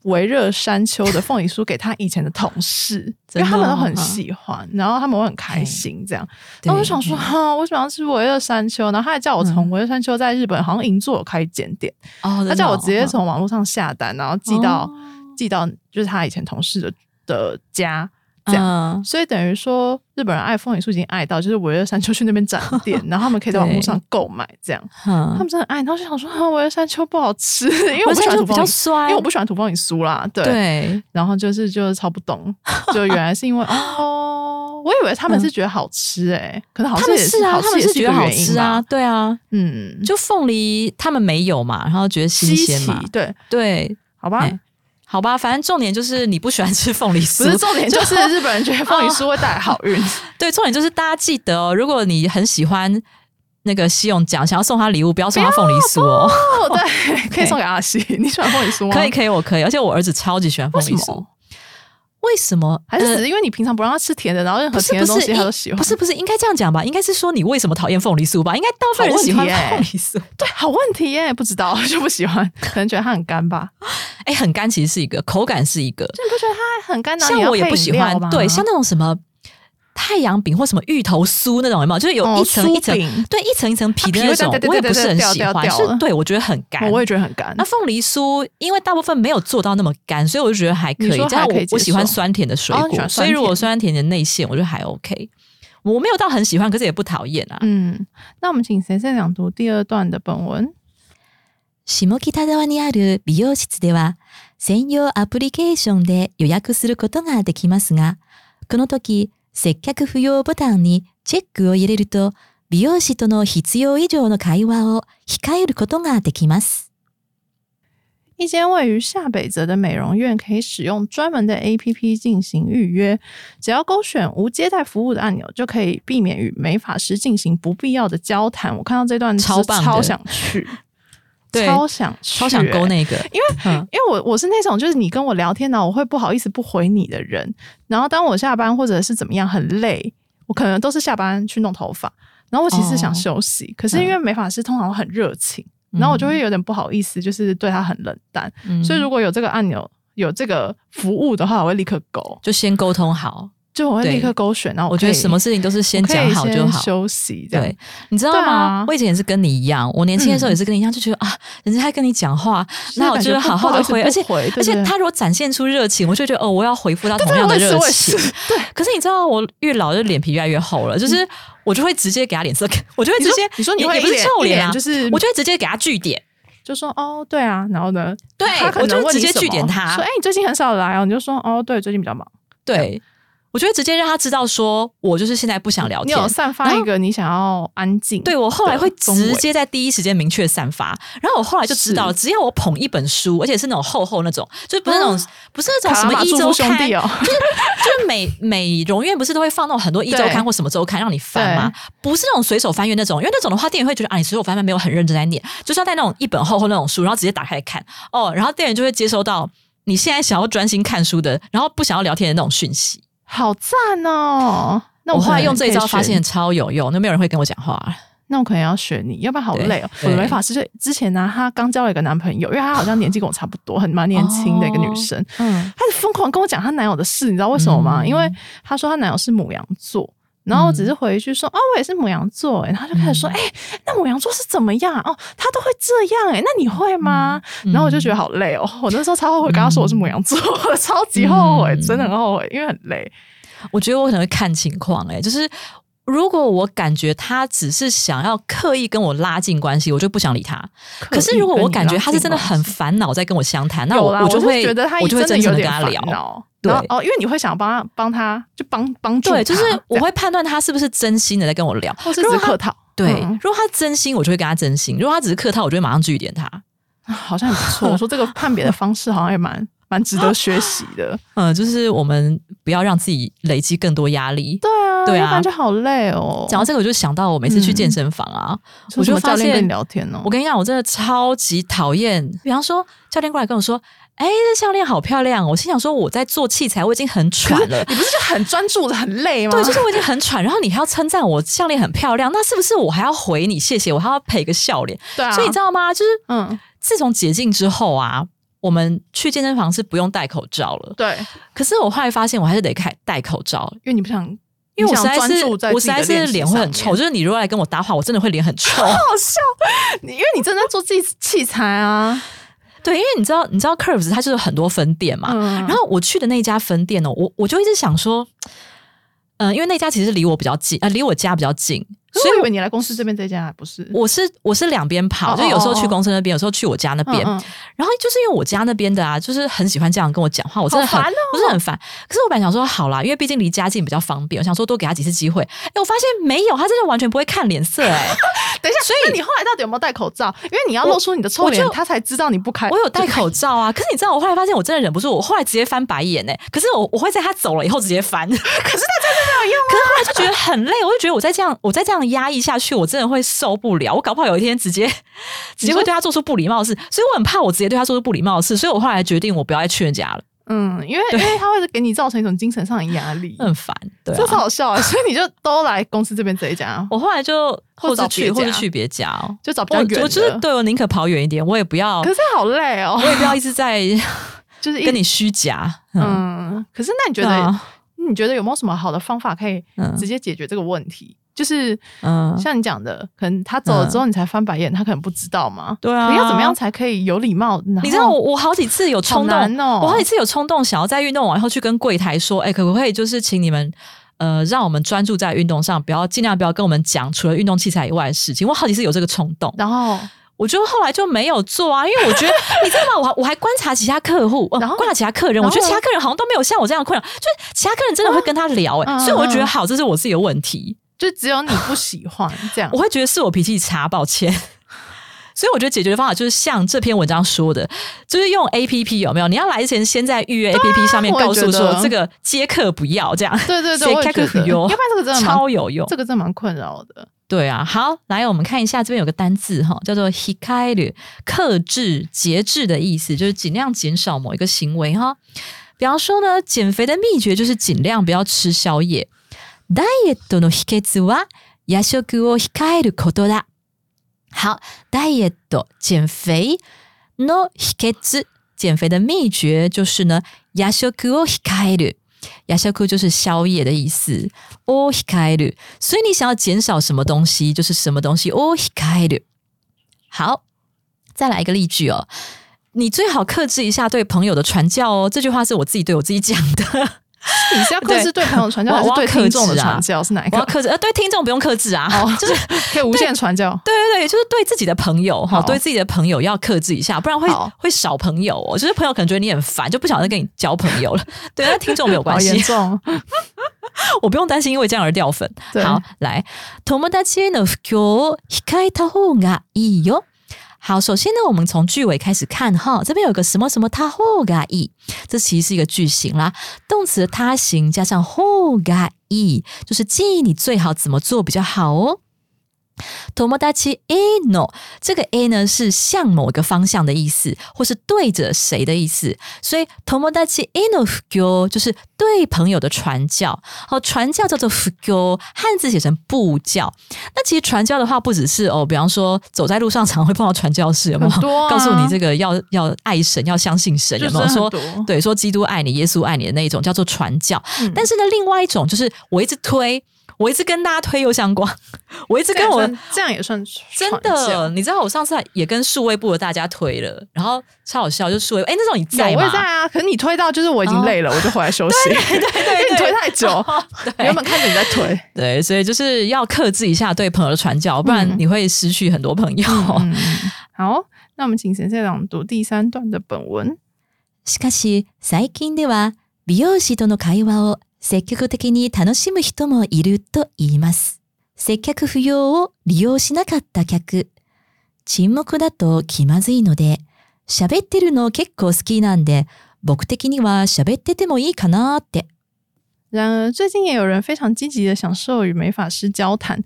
Speaker 2: 维热山丘的凤梨酥给他以前的同 事，因
Speaker 1: 真的哦
Speaker 2: 为他们都很喜欢，然后他们会很开心这样。然后我就想说，
Speaker 1: 对嗯
Speaker 2: 哈、为什么要吃维热山丘？然后他还叫我从维热山丘在日本好像银座有开一间店，
Speaker 1: 哦，
Speaker 2: 他叫我直接
Speaker 1: 从
Speaker 2: 从网络上下单，然后寄到、寄到就是他以前同事的的家，
Speaker 1: 嗯
Speaker 2: 这样
Speaker 1: 样。
Speaker 2: 所以等于说日本人爱凤梨酥已经爱到，就是维热山丘去那边展店， 然后他们可以在网络上购买，这样他
Speaker 1: 嗯，
Speaker 2: 们真的爱。然后就想说，啊，维热山丘不好吃，因为我不喜
Speaker 1: 现
Speaker 2: 欢
Speaker 1: 在就
Speaker 2: 土
Speaker 1: 比
Speaker 2: 凤梨
Speaker 1: 较
Speaker 2: 酥，
Speaker 1: 酸，
Speaker 2: 因为我不喜欢土凤梨酥啦，对。
Speaker 1: 对
Speaker 2: 然后就是就是超不 懂，就原来是因为哦，我以为他们是觉得好吃哎、可能
Speaker 1: 嗯
Speaker 2: 好
Speaker 1: 他
Speaker 2: 吃
Speaker 1: 们
Speaker 2: 也
Speaker 1: 是啊，
Speaker 2: 好
Speaker 1: 他
Speaker 2: 吃
Speaker 1: 们
Speaker 2: 也
Speaker 1: 是
Speaker 2: 一
Speaker 1: 觉
Speaker 2: 个
Speaker 1: 得好
Speaker 2: 原因
Speaker 1: 吃啊，
Speaker 2: 吧，
Speaker 1: 对啊，
Speaker 2: 嗯，
Speaker 1: 就凤梨他们没有嘛，然后觉得新
Speaker 2: 稀
Speaker 1: 鲜
Speaker 2: 奇
Speaker 1: 嘛，
Speaker 2: 对，
Speaker 1: 对，
Speaker 2: 好吧
Speaker 1: 哎。好吧，反正重点就是你不喜欢吃凤梨酥，
Speaker 2: 不是重点，就是哦日本人觉得凤梨酥会带来好运。
Speaker 1: 对，重点就是大家记得哦，如果你很喜欢那个西永奖，想要送他礼物，不要送他凤梨酥哦。
Speaker 2: 哦， 对，可以送给阿西。你喜欢凤梨酥吗？
Speaker 1: 可以，可以，我可以，而且我儿子超级喜欢凤
Speaker 2: 为什
Speaker 1: 梨酥
Speaker 2: 么。？
Speaker 1: 为什么？
Speaker 2: 还是只
Speaker 1: 呃
Speaker 2: 是因为你平常不让他吃甜的，然后任何
Speaker 1: 不是
Speaker 2: 甜
Speaker 1: 不
Speaker 2: 的东
Speaker 1: 是
Speaker 2: 西他都喜欢？
Speaker 1: 不是不是，应该这样讲吧？应该是说你为什么讨厌凤梨酥吧？应该大部分
Speaker 2: 好
Speaker 1: 人
Speaker 2: 问
Speaker 1: 喜欢
Speaker 2: 题欸
Speaker 1: 凤梨酥。
Speaker 2: 对，好问题耶，不知道 就不喜欢，可能觉得它很干吧。
Speaker 1: 哎、很干其实是一个，口感是一个。
Speaker 2: 就你不觉得它很干？然后
Speaker 1: 像
Speaker 2: 你要
Speaker 1: 我也
Speaker 2: 配
Speaker 1: 不
Speaker 2: 饮
Speaker 1: 喜
Speaker 2: 料
Speaker 1: 欢
Speaker 2: 吗，
Speaker 1: 对，像那种什么太阳饼或什么芋头酥那种，有没有？就是有
Speaker 2: 哦
Speaker 1: 一层一层
Speaker 2: 酥饼，
Speaker 1: 对，一层一层皮的
Speaker 2: 啊
Speaker 1: 那
Speaker 2: 它皮会
Speaker 1: 种
Speaker 2: 掉，掉
Speaker 1: 我也
Speaker 2: 掉
Speaker 1: 不是很
Speaker 2: 掉
Speaker 1: 喜
Speaker 2: 掉
Speaker 1: 欢。
Speaker 2: 掉
Speaker 1: 是
Speaker 2: 了
Speaker 1: 对我觉得很干，
Speaker 2: 我也觉得很干
Speaker 1: 那。凤梨酥，因为大部分没有做到那么干，所以我就觉得还可
Speaker 2: 你
Speaker 1: 以。
Speaker 2: 说
Speaker 1: 加上
Speaker 2: 还
Speaker 1: 我
Speaker 2: 可以接
Speaker 1: 我喜欢
Speaker 2: 受
Speaker 1: 酸甜的水
Speaker 2: 哦
Speaker 1: 果，
Speaker 2: 你喜欢
Speaker 1: 所以
Speaker 2: 酸
Speaker 1: 如果
Speaker 2: 甜
Speaker 1: 酸甜的内馅，我觉得还 OK。我没有到很喜欢，可是也不讨厌啊。
Speaker 2: 嗯，那我们请先生朗读第二段的本文。
Speaker 1: 下北沢にある美容室では専用アプリケーションで予約することができますが、この時接客不要ボタンにチェックを入れると美容師との必要以上の会話を控えることができます。
Speaker 2: 一间位于下北泽的美容院可以使用专门的 APP 进行预约，只要勾选无接待服务的按钮，就可以避免与美发师进行不必要的交谈。我看到这段
Speaker 1: 超
Speaker 2: 是
Speaker 1: 棒的
Speaker 2: 超想去，
Speaker 1: 对
Speaker 2: 超想去
Speaker 1: 超想勾
Speaker 2: 欸
Speaker 1: 那个，因为、嗯、
Speaker 2: 因为我我是那种就是你跟我聊天呢、我会不好意思不回你的人。然后当我下班或者是怎么样很累，我可能都是下班去弄头发。然后我其实
Speaker 1: 哦
Speaker 2: 想休息，可
Speaker 1: 嗯
Speaker 2: 是因为美发师通常很热情，然后我就会有点不好意思，就是对他很冷淡。
Speaker 1: 嗯
Speaker 2: 所以如果有这个按钮。有这个服务的话，我会立刻勾，
Speaker 1: 就先沟通好，
Speaker 2: 就我会
Speaker 1: 对
Speaker 2: 立刻勾选。然后
Speaker 1: 我觉得什么
Speaker 2: 事
Speaker 1: 事情都是先讲好就好。
Speaker 2: 休息这样
Speaker 1: 对。，你知道吗？
Speaker 2: 对啊嗯
Speaker 1: 我以前也是跟你一样，我年轻的时候也是跟你一样，就觉得啊，人家在跟你讲话，那我就
Speaker 2: 就是啊感
Speaker 1: 好
Speaker 2: 觉不
Speaker 1: 好
Speaker 2: 好
Speaker 1: 的
Speaker 2: 意思
Speaker 1: 回，
Speaker 2: 不
Speaker 1: 而且
Speaker 2: 回对
Speaker 1: 而且
Speaker 2: 对
Speaker 1: 他如果展现出热情，我就觉得哦，我要回复他同
Speaker 2: 对
Speaker 1: 样的
Speaker 2: 我也是
Speaker 1: 热
Speaker 2: 我也
Speaker 1: 情
Speaker 2: 是。嗯
Speaker 1: 对，可是你知道，我越老就脸皮越来越厚了，就是我就会直接给他脸色， 我就会直接，
Speaker 2: 你说你
Speaker 1: 也
Speaker 2: 会
Speaker 1: 也不
Speaker 2: 一
Speaker 1: 是
Speaker 2: 脸
Speaker 1: 臭
Speaker 2: 一
Speaker 1: 脸啊，
Speaker 2: 脸就是
Speaker 1: 我就会直接给他据点。
Speaker 2: 就说哦，对啊，然后呢，
Speaker 1: 对
Speaker 2: 他可
Speaker 1: 我就
Speaker 2: 能问
Speaker 1: 直
Speaker 2: 你
Speaker 1: 接
Speaker 2: 什
Speaker 1: 据点
Speaker 2: 么
Speaker 1: 他
Speaker 2: 说哎、你最近很少来哦，你就说哦，对，最近比较忙。
Speaker 1: 对，我就会直接让他知道说，我就是现在不想聊
Speaker 2: 你
Speaker 1: 天。
Speaker 2: 有散发
Speaker 1: 然
Speaker 2: 一
Speaker 1: 后
Speaker 2: 个你想要安静，
Speaker 1: 对我后来会直
Speaker 2: 围
Speaker 1: 接在第一时间明确散发，然后我后来就知道了，只要我捧一本书，而且是那种厚厚那种，就是不是那种、不是那种什
Speaker 2: 啊卡拉
Speaker 1: 么
Speaker 2: 马
Speaker 1: 一
Speaker 2: 祝
Speaker 1: 周
Speaker 2: 福兄
Speaker 1: 刊，
Speaker 2: 弟哦，
Speaker 1: 就是美美容院不是都会放那种很多一周刊
Speaker 2: 对
Speaker 1: 或什么周刊让你翻吗？不是那种随手翻阅那种，因为那种的话，店员会觉得啊，你随手翻翻没有很认真在念，就是要带那种一本厚厚那种书，然后直接打开来看哦，然后店员就会接收到你现在想要专心看书的，然后不想要聊天的那种讯息。
Speaker 2: 好赞哦。那
Speaker 1: 我后来
Speaker 2: 可能
Speaker 1: 用这一
Speaker 2: 可以
Speaker 1: 招发
Speaker 2: 学
Speaker 1: 现超有用，那没有人会跟我讲话了。
Speaker 2: 那我可能要学你，要不然好累哦。
Speaker 1: 对
Speaker 2: 我
Speaker 1: 对
Speaker 2: 的美发师就之前呢、她刚交了一个男朋友，因为她好像年纪跟我差不多，很蛮年轻的一个女生，
Speaker 1: 嗯，
Speaker 2: 她就疯狂跟我讲她男友的事，你知道为什么吗？
Speaker 1: 嗯
Speaker 2: 因为她说她男友是母羊座。然后我只是回一句说、哦，我也是母羊座哎，然后她就开始说
Speaker 1: 嗯
Speaker 2: 哎、那母羊座是怎么样哦？他都会这样哎，那你会吗？
Speaker 1: 嗯
Speaker 2: 然后我就觉得好累哦，我那时候超后悔，刚刚说我是母羊座， 我超级后悔，
Speaker 1: 嗯
Speaker 2: 真的很后悔，因为很累。
Speaker 1: 我觉得我可能会看情况、欸，就是如果我感觉他只是想要刻意跟我拉近关系，我就不想理他。可是如果我感觉他是真的很烦恼在跟我相谈，那
Speaker 2: 有
Speaker 1: 我
Speaker 2: 啦，
Speaker 1: 就
Speaker 2: 就
Speaker 1: 会
Speaker 2: 觉得他
Speaker 1: 我就会
Speaker 2: 真
Speaker 1: 真
Speaker 2: 的
Speaker 1: 诚的
Speaker 2: 有点
Speaker 1: 跟他
Speaker 2: 烦
Speaker 1: 聊。
Speaker 2: 恼。
Speaker 1: 对
Speaker 2: 然后哦，因为你会想帮他帮他，就帮帮助他，
Speaker 1: 对，就是
Speaker 2: 这
Speaker 1: 我
Speaker 2: 样
Speaker 1: 会判断他是不是真心的在跟我聊。
Speaker 2: 或是
Speaker 1: 如
Speaker 2: 只
Speaker 1: 果
Speaker 2: 是
Speaker 1: 他
Speaker 2: 客套，
Speaker 1: 对，
Speaker 2: 嗯
Speaker 1: 如果他真心，我就会跟他真心；如果他只是客套，我就会马上拒点他。
Speaker 2: 好像很不错。我说这个判别的方式好像也蛮蛮值得学习的。
Speaker 1: 嗯，就是我们不要让自己累积更多压力。
Speaker 2: 对啊，
Speaker 1: 对啊
Speaker 2: 要不然就好累哦。
Speaker 1: 讲到这个，我就想到我每次去健
Speaker 2: 嗯
Speaker 1: 身房啊，我
Speaker 2: 说什
Speaker 1: 就
Speaker 2: 么教
Speaker 1: 发
Speaker 2: 练
Speaker 1: 现
Speaker 2: 跟你聊天哦
Speaker 1: 我，跟你讲，我真的超级讨厌。比方说，教练过来跟我说：“哎、这教练好漂亮哦。”我心想说：“我在做器材，我已经很
Speaker 2: 可
Speaker 1: 喘
Speaker 2: 是
Speaker 1: 了。
Speaker 2: 你不是就很专注的很累”吗？
Speaker 1: 对，就是我已经很喘，然后你还要称赞我教练很漂亮，那是不是我还要回你谢谢？我还要赔个笑脸？
Speaker 2: 对啊。
Speaker 1: 所以你知
Speaker 2: 道，
Speaker 1: 道吗？就是
Speaker 2: 嗯，
Speaker 1: 自从解禁之后啊，我们去健身房是不用戴口罩了。
Speaker 2: 对，
Speaker 1: 可是我后来发现，我还是得戴戴口罩，
Speaker 2: 因为你不想，
Speaker 1: 因为我
Speaker 2: 你
Speaker 1: 实
Speaker 2: 想
Speaker 1: 在
Speaker 2: 专
Speaker 1: 是
Speaker 2: 注在
Speaker 1: 我实
Speaker 2: 自己的
Speaker 1: 在是
Speaker 2: 练习
Speaker 1: 脸会很
Speaker 2: 上
Speaker 1: 臭。
Speaker 2: 面
Speaker 1: 就是你如果来跟我搭话，我真的会脸很臭。
Speaker 2: 好笑，你因为你正在做自己器材啊，
Speaker 1: 对，因为你知道，你知道 Curves 它就是有很多分店 嘛，
Speaker 2: 嗯，
Speaker 1: 然后我去的那一家分店哦，我我就一直想说，嗯、因为那家其实离我比较近，呃，离我家比较近，
Speaker 2: 可
Speaker 1: 所
Speaker 2: 是我
Speaker 1: 以
Speaker 2: 以为你来公司这边这家啊不是，
Speaker 1: 我是我是两边跑，
Speaker 2: 嗯哦
Speaker 1: 就有时候
Speaker 2: 哦哦
Speaker 1: 去公司那边，有时候去我家那
Speaker 2: 嗯
Speaker 1: 边。
Speaker 2: 嗯
Speaker 1: 然后就是因为我家那边的啊，就是很喜欢这样跟我讲话，我真的很、
Speaker 2: 好烦哦
Speaker 1: 我真的很烦。可是我本来想说好啦，因为毕竟离家近比较方便，我想说多给他几次机会。哎，我发现没有，他真的完全不会看脸色哎、
Speaker 2: 等一下，所以你后来到底有没有戴口罩？因为你要露出你的臭
Speaker 1: 我
Speaker 2: 脸
Speaker 1: 就，
Speaker 2: 他才知道你不开。
Speaker 1: 我有戴口罩啊，可是你知道，我后来发现我真的忍不住，我后来直接翻白眼呢、欸可是我我会在他走了以后直接翻， 可是他真的没有用、啊可是后来就觉得很累，我就觉得我再这样，我再这样压抑下去，我真的会受不了。我搞不好有一天直接直接会对他做出不礼貌的事，所以我很怕我直接对他做出不礼貌的事，所以我后来决定我不要再去人家了，
Speaker 2: 嗯，因为因为他会给你造成一种精神上的压力，
Speaker 1: 很烦。 对、
Speaker 2: 这是
Speaker 1: 啊，
Speaker 2: 好笑啊！所以你就都来公司这边这一家，
Speaker 1: 我后来就或
Speaker 2: 或
Speaker 1: 者
Speaker 2: 找
Speaker 1: 去
Speaker 2: 别家
Speaker 1: 或者去别家哦。
Speaker 2: 就找比
Speaker 1: 我
Speaker 2: 较
Speaker 1: 我
Speaker 2: 远的。
Speaker 1: 就是对我宁可跑远一点，我也不要
Speaker 2: 可，是好累哦
Speaker 1: 我，也不要一直在
Speaker 2: 就是 一
Speaker 1: 跟你虚假。嗯，
Speaker 2: 嗯。可是那你觉
Speaker 1: 对
Speaker 2: 得
Speaker 1: 啊
Speaker 2: 你觉得有没有什么好的方法可以
Speaker 1: 嗯
Speaker 2: 直接解决这个问题？就是
Speaker 1: 嗯，
Speaker 2: 像你讲的，可能他走了之后你才翻白眼，他可能不知道嘛。
Speaker 1: 对啊，
Speaker 2: 你要怎么样才可以有礼貌？
Speaker 1: 你
Speaker 2: 你
Speaker 1: 知道我我好几次有冲动，
Speaker 2: 好难哦
Speaker 1: 我好几次有冲动想要在运动完后去跟柜台说，哎、可不可以就是请你们呃让我们专注在运动上，不要尽量不要跟我们讲除了运动器材以外的事情。我好几次有这个冲动，
Speaker 2: 然后
Speaker 1: 我就后来就没有做啊，因为我 觉得你知道吗？我还我还观察其他客户，呃
Speaker 2: 然后
Speaker 1: 观察其他客人，
Speaker 2: 然后
Speaker 1: 我觉得其他客人好像都没有像我这样的困扰，就是其他客人真的会跟他聊、哎、
Speaker 2: 嗯
Speaker 1: 所以我就觉
Speaker 2: 嗯
Speaker 1: 得
Speaker 2: 嗯
Speaker 1: 好，这是我自己的问题，
Speaker 2: 就只有你不喜欢这样
Speaker 1: 我。会觉得是我脾气差，抱歉。 所以我觉得解决的方法就是像这篇文章说的，就是用 A P P 有没有？你要来之前先在预约 A P P 上面
Speaker 2: 啊我也
Speaker 1: 告诉
Speaker 2: 觉得
Speaker 1: 说这个接客不要这样，
Speaker 2: 对对对，
Speaker 1: 谁
Speaker 2: 我也
Speaker 1: 开
Speaker 2: 觉
Speaker 1: 个
Speaker 2: 得，
Speaker 1: 旅游
Speaker 2: 要不然这个真的蛮
Speaker 1: 超有用。
Speaker 2: 这个真的蛮困扰的。
Speaker 1: 对啊，好，来我们看一下这边有个单字哈，叫做 hikairu，克制、节制的意思，就是尽量减少某一个行为哈。比方说呢，减肥的秘诀就是尽量不要吃宵夜。ダイエットの秘訣は夜食を控えることだ。好，ダイエット减肥の秘訣，减肥的秘诀就是呢，夜食を控える。夜食就是宵夜的意思。を控える。所以你想要减少什么东西，就是什么东西哦を控える。好，再来一个例句哦。你最好克制一下对朋友的传教哦。这句话是我自己对我自己讲 的。
Speaker 2: 你是要克制对朋友传教，
Speaker 1: 对
Speaker 2: 还是对听众的
Speaker 1: 我要克制啊
Speaker 2: 传教？是哪一
Speaker 1: 我要
Speaker 2: 个？
Speaker 1: 克制，呃，对听众不用克制啊，
Speaker 2: 哦
Speaker 1: 就是
Speaker 2: 可以无限传教。
Speaker 1: 对对对，就是对自己的朋友哈，
Speaker 2: 好
Speaker 1: 对自己的朋友要克制一下，不然会
Speaker 2: 哦好
Speaker 1: 会少朋友哦。就是朋友可能觉得你很烦，就不想再跟你交朋友 了。对，那听众没有
Speaker 2: 好
Speaker 1: 关
Speaker 2: 严
Speaker 1: 系，
Speaker 2: 重，
Speaker 1: 我不用担心因为这样而掉粉。
Speaker 2: 对
Speaker 1: 好，来，友達への布教を控えた方がいいよ。好，首先呢，我们从句尾开始看哈，这边有个什么什么他后がいい，这其实是一个句型啦，动词的他形加上后がいい，就是建议你最好怎么做比较好哦。友達への这个 a 呢是向某个方向的意思，或是对着谁的意思，所以友達への布教就是对朋友的传教。好，传教叫做布教，汉字写成布教。那其实传教的话，不只是哦，比方说走在路上常会碰到传教士，有没有？
Speaker 2: 很多啊
Speaker 1: 告诉你这个要要爱神，要相信神，有没有？
Speaker 2: 就是
Speaker 1: 说
Speaker 2: 很多
Speaker 1: 对，说基督爱你，耶稣爱你的那一种叫做传教。
Speaker 2: 嗯
Speaker 1: 但是呢，另外一种就是我一直推，我一直跟大家推右相光，我一直
Speaker 2: 这
Speaker 1: 跟
Speaker 2: 跟
Speaker 1: 我
Speaker 2: 我这样也算
Speaker 1: 真
Speaker 2: 传
Speaker 1: 的，
Speaker 2: 教。
Speaker 1: 你知道我上次也跟数位部的大家推了，然后超好笑，就数位哎、那时候你在
Speaker 2: 有我
Speaker 1: 吗？哦
Speaker 2: 也在啊，可是你推到就是我已经累了，我就回来休息。对 对
Speaker 1: 对
Speaker 2: 因为你推太久，
Speaker 1: 对
Speaker 2: 原本看着你在 推，
Speaker 1: 对，所以就是要克制一下对朋友的传教，不
Speaker 2: 嗯
Speaker 1: 然你会失去很多朋友。
Speaker 2: 嗯，好，那我们请神社朗读第三段的本文。
Speaker 1: しかし最近では美容師との会話を積極的に楽しむ人もいると言います。接客不要を利用しなかった客。沈黙だと気まずいので、喋ってるの結構好きなんで、僕的には喋っててもいいかなって。
Speaker 2: 然而，最近也有人非常积极的享受与美发师交谈。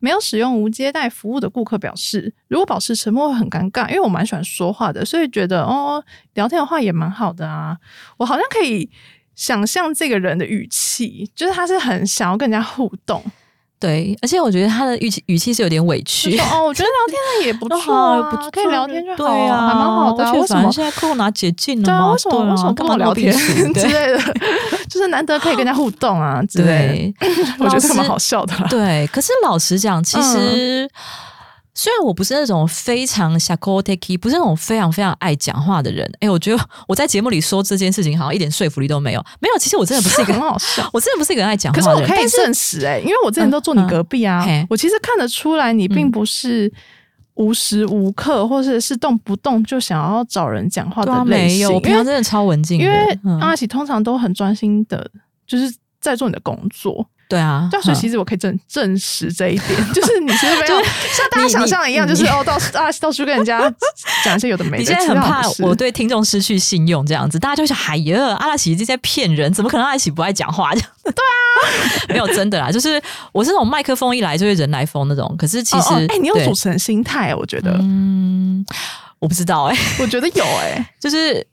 Speaker 2: 没有使用无接待服务的顾客表示，如果保持沉默会很尴尬，因为我蛮喜欢说话的，所以觉得哦，聊天的话也蛮好的啊。我好像可以想象这个人的语气，就是他是很想要跟人家互动，
Speaker 1: 对，而且我觉得他的语气语气是有点委
Speaker 2: 就
Speaker 1: 屈
Speaker 2: 说。哦，我觉得聊天的也不
Speaker 1: 哦
Speaker 2: 错啊，可以聊天就好，还蛮好的、啊。为什么？
Speaker 1: 现在扣拿捷径了
Speaker 2: 对啊，
Speaker 1: 嘛？
Speaker 2: 为什么、为什么
Speaker 1: 干
Speaker 2: 跟
Speaker 1: 嘛
Speaker 2: 我聊天之
Speaker 1: 对
Speaker 2: 类的？就是难得可以跟人家互动啊之类
Speaker 1: 对，
Speaker 2: 的， 我觉
Speaker 1: 老
Speaker 2: 得
Speaker 1: 师
Speaker 2: 蛮好笑的啦。
Speaker 1: 对，可是老实讲，其
Speaker 2: 嗯
Speaker 1: 实、虽然我不是那种非常 s h a k o t e k i 不是那种非常非常爱讲话的人，哎，我觉得我在节目里说这件事情好像一点说服力都没有。没有，其实我真的不是一个
Speaker 2: 很，好笑。
Speaker 1: 我真的不是一个很爱讲
Speaker 2: 可是
Speaker 1: 话
Speaker 2: 我
Speaker 1: 的人。
Speaker 2: 可以
Speaker 1: 但是
Speaker 2: 证实哎、因为我之前都坐你隔壁
Speaker 1: 嗯
Speaker 2: 啊，
Speaker 1: 嗯嘿嗯
Speaker 2: 我其实看得出来你并不是无时无刻或者是动不动就想要找人讲话
Speaker 1: 对
Speaker 2: 的
Speaker 1: 啊，
Speaker 2: 类
Speaker 1: 没
Speaker 2: 型，
Speaker 1: 有，我平
Speaker 2: 因
Speaker 1: 常
Speaker 2: 为
Speaker 1: 真的超文静的。
Speaker 2: 因为
Speaker 1: 嗯
Speaker 2: 阿喜通常都很专心的，就是在做你的工作，
Speaker 1: 对啊，
Speaker 2: 对啊，所以
Speaker 1: 嗯
Speaker 2: 其实我可以证证实这一点，就是你其实没有像大家
Speaker 1: 你
Speaker 2: 想象的一样，就是
Speaker 1: 你
Speaker 2: 哦到阿喜到处跟人家讲一些有的没的，
Speaker 1: 你现在
Speaker 2: 其实
Speaker 1: 很
Speaker 2: 好像
Speaker 1: 怕
Speaker 2: 不是哦
Speaker 1: 我对听众失去信用，这样子，大家就会想：哎呀，阿拉奇已经在骗人，怎么可能阿拉奇不爱讲话？ 这样对啊，没有真的啦，就是我是那种麦克风一来就会人来疯那种。可是其
Speaker 2: 哦
Speaker 1: 实，
Speaker 2: 哦哎、你有
Speaker 1: 对
Speaker 2: 主持人心态，欸我觉得，
Speaker 1: 嗯，我不知道哎、
Speaker 2: 我觉得有哎、
Speaker 1: 就是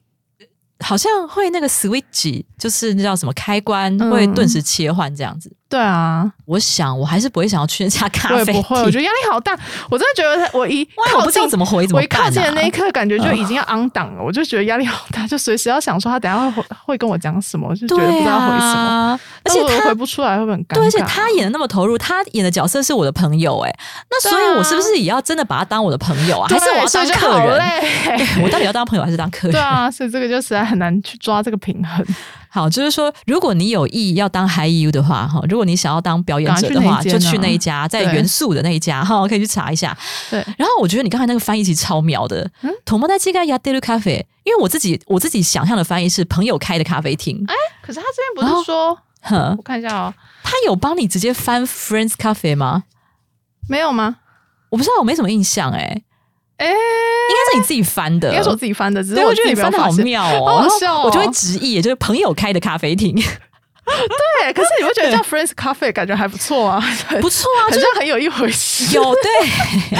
Speaker 1: 好像会那个 switch，就是那叫什么开关
Speaker 2: 嗯
Speaker 1: 会顿时切换这样子。
Speaker 2: 对啊，
Speaker 1: 我想我还是不会想要去那家咖
Speaker 2: 我也
Speaker 1: 啡
Speaker 2: 不
Speaker 1: 厅，
Speaker 2: 会，我觉得压力好大。我真的觉得我一
Speaker 1: 哇
Speaker 2: 靠
Speaker 1: 我不知道
Speaker 2: 近
Speaker 1: 怎么回怎
Speaker 2: 我
Speaker 1: 么
Speaker 2: 一靠
Speaker 1: 办
Speaker 2: 近的
Speaker 1: 啊
Speaker 2: 那一刻，感觉就已经要 on 档了，我就觉得压力好大，就随时要想说他等一下会会跟我讲什么，我就觉得不
Speaker 1: 对
Speaker 2: 知道回什么，
Speaker 1: 啊，而
Speaker 2: 但
Speaker 1: 且
Speaker 2: 我
Speaker 1: 他
Speaker 2: 回不出来会不会很尴尬？
Speaker 1: 对，而且他演的那么投入，他演的角色是我的朋友、哎，那所
Speaker 2: 对啊
Speaker 1: 以我是不是也要真的把他当我的朋友啊？
Speaker 2: 对
Speaker 1: 还是我要
Speaker 2: 所以
Speaker 1: 当
Speaker 2: 就
Speaker 1: 客
Speaker 2: 好
Speaker 1: 人？
Speaker 2: 累
Speaker 1: 我到底要当朋友还是当客人？
Speaker 2: 对啊，所以这个就实在很难去抓这个平衡。
Speaker 1: 好，就是说，如果你有意要当 Hi U 的话，哈，如果你想要当表演者的
Speaker 2: 赶
Speaker 1: 话，
Speaker 2: 快去那一间啊
Speaker 1: 就去那一家，在
Speaker 2: 对
Speaker 1: 元素的那一家，哈，可以去查一下。
Speaker 2: 对，
Speaker 1: 然后我觉得你刚才那个翻译其实超妙的，嗯同盟在这个亚德鲁咖啡，因为我自己我自己想象的翻译是朋友开的咖啡厅，
Speaker 2: 可是他这边不是
Speaker 1: 哦
Speaker 2: 说，
Speaker 1: 哼
Speaker 2: 我，看一下哦，
Speaker 1: 他有帮你直接翻 Friends Cafe 吗？
Speaker 2: 没有吗？
Speaker 1: 我不知道，我没什么印象哎、
Speaker 2: 哎、哎、
Speaker 1: 该是你自己翻的，
Speaker 2: 应该是我自己翻的，只是
Speaker 1: 呃对，我
Speaker 2: 自
Speaker 1: 觉得你
Speaker 2: 己没有
Speaker 1: 翻的
Speaker 2: 发
Speaker 1: 好
Speaker 2: 现。
Speaker 1: 妙哦，
Speaker 2: 好好
Speaker 1: 然后
Speaker 2: 笑哦
Speaker 1: 我就会直译，也就是朋友开的咖啡厅，
Speaker 2: 对，可是你不觉得叫 Friends Cafe 感觉还不错啊？
Speaker 1: 不错啊，
Speaker 2: 好
Speaker 1: 就
Speaker 2: 像很有一回事。
Speaker 1: 有 对。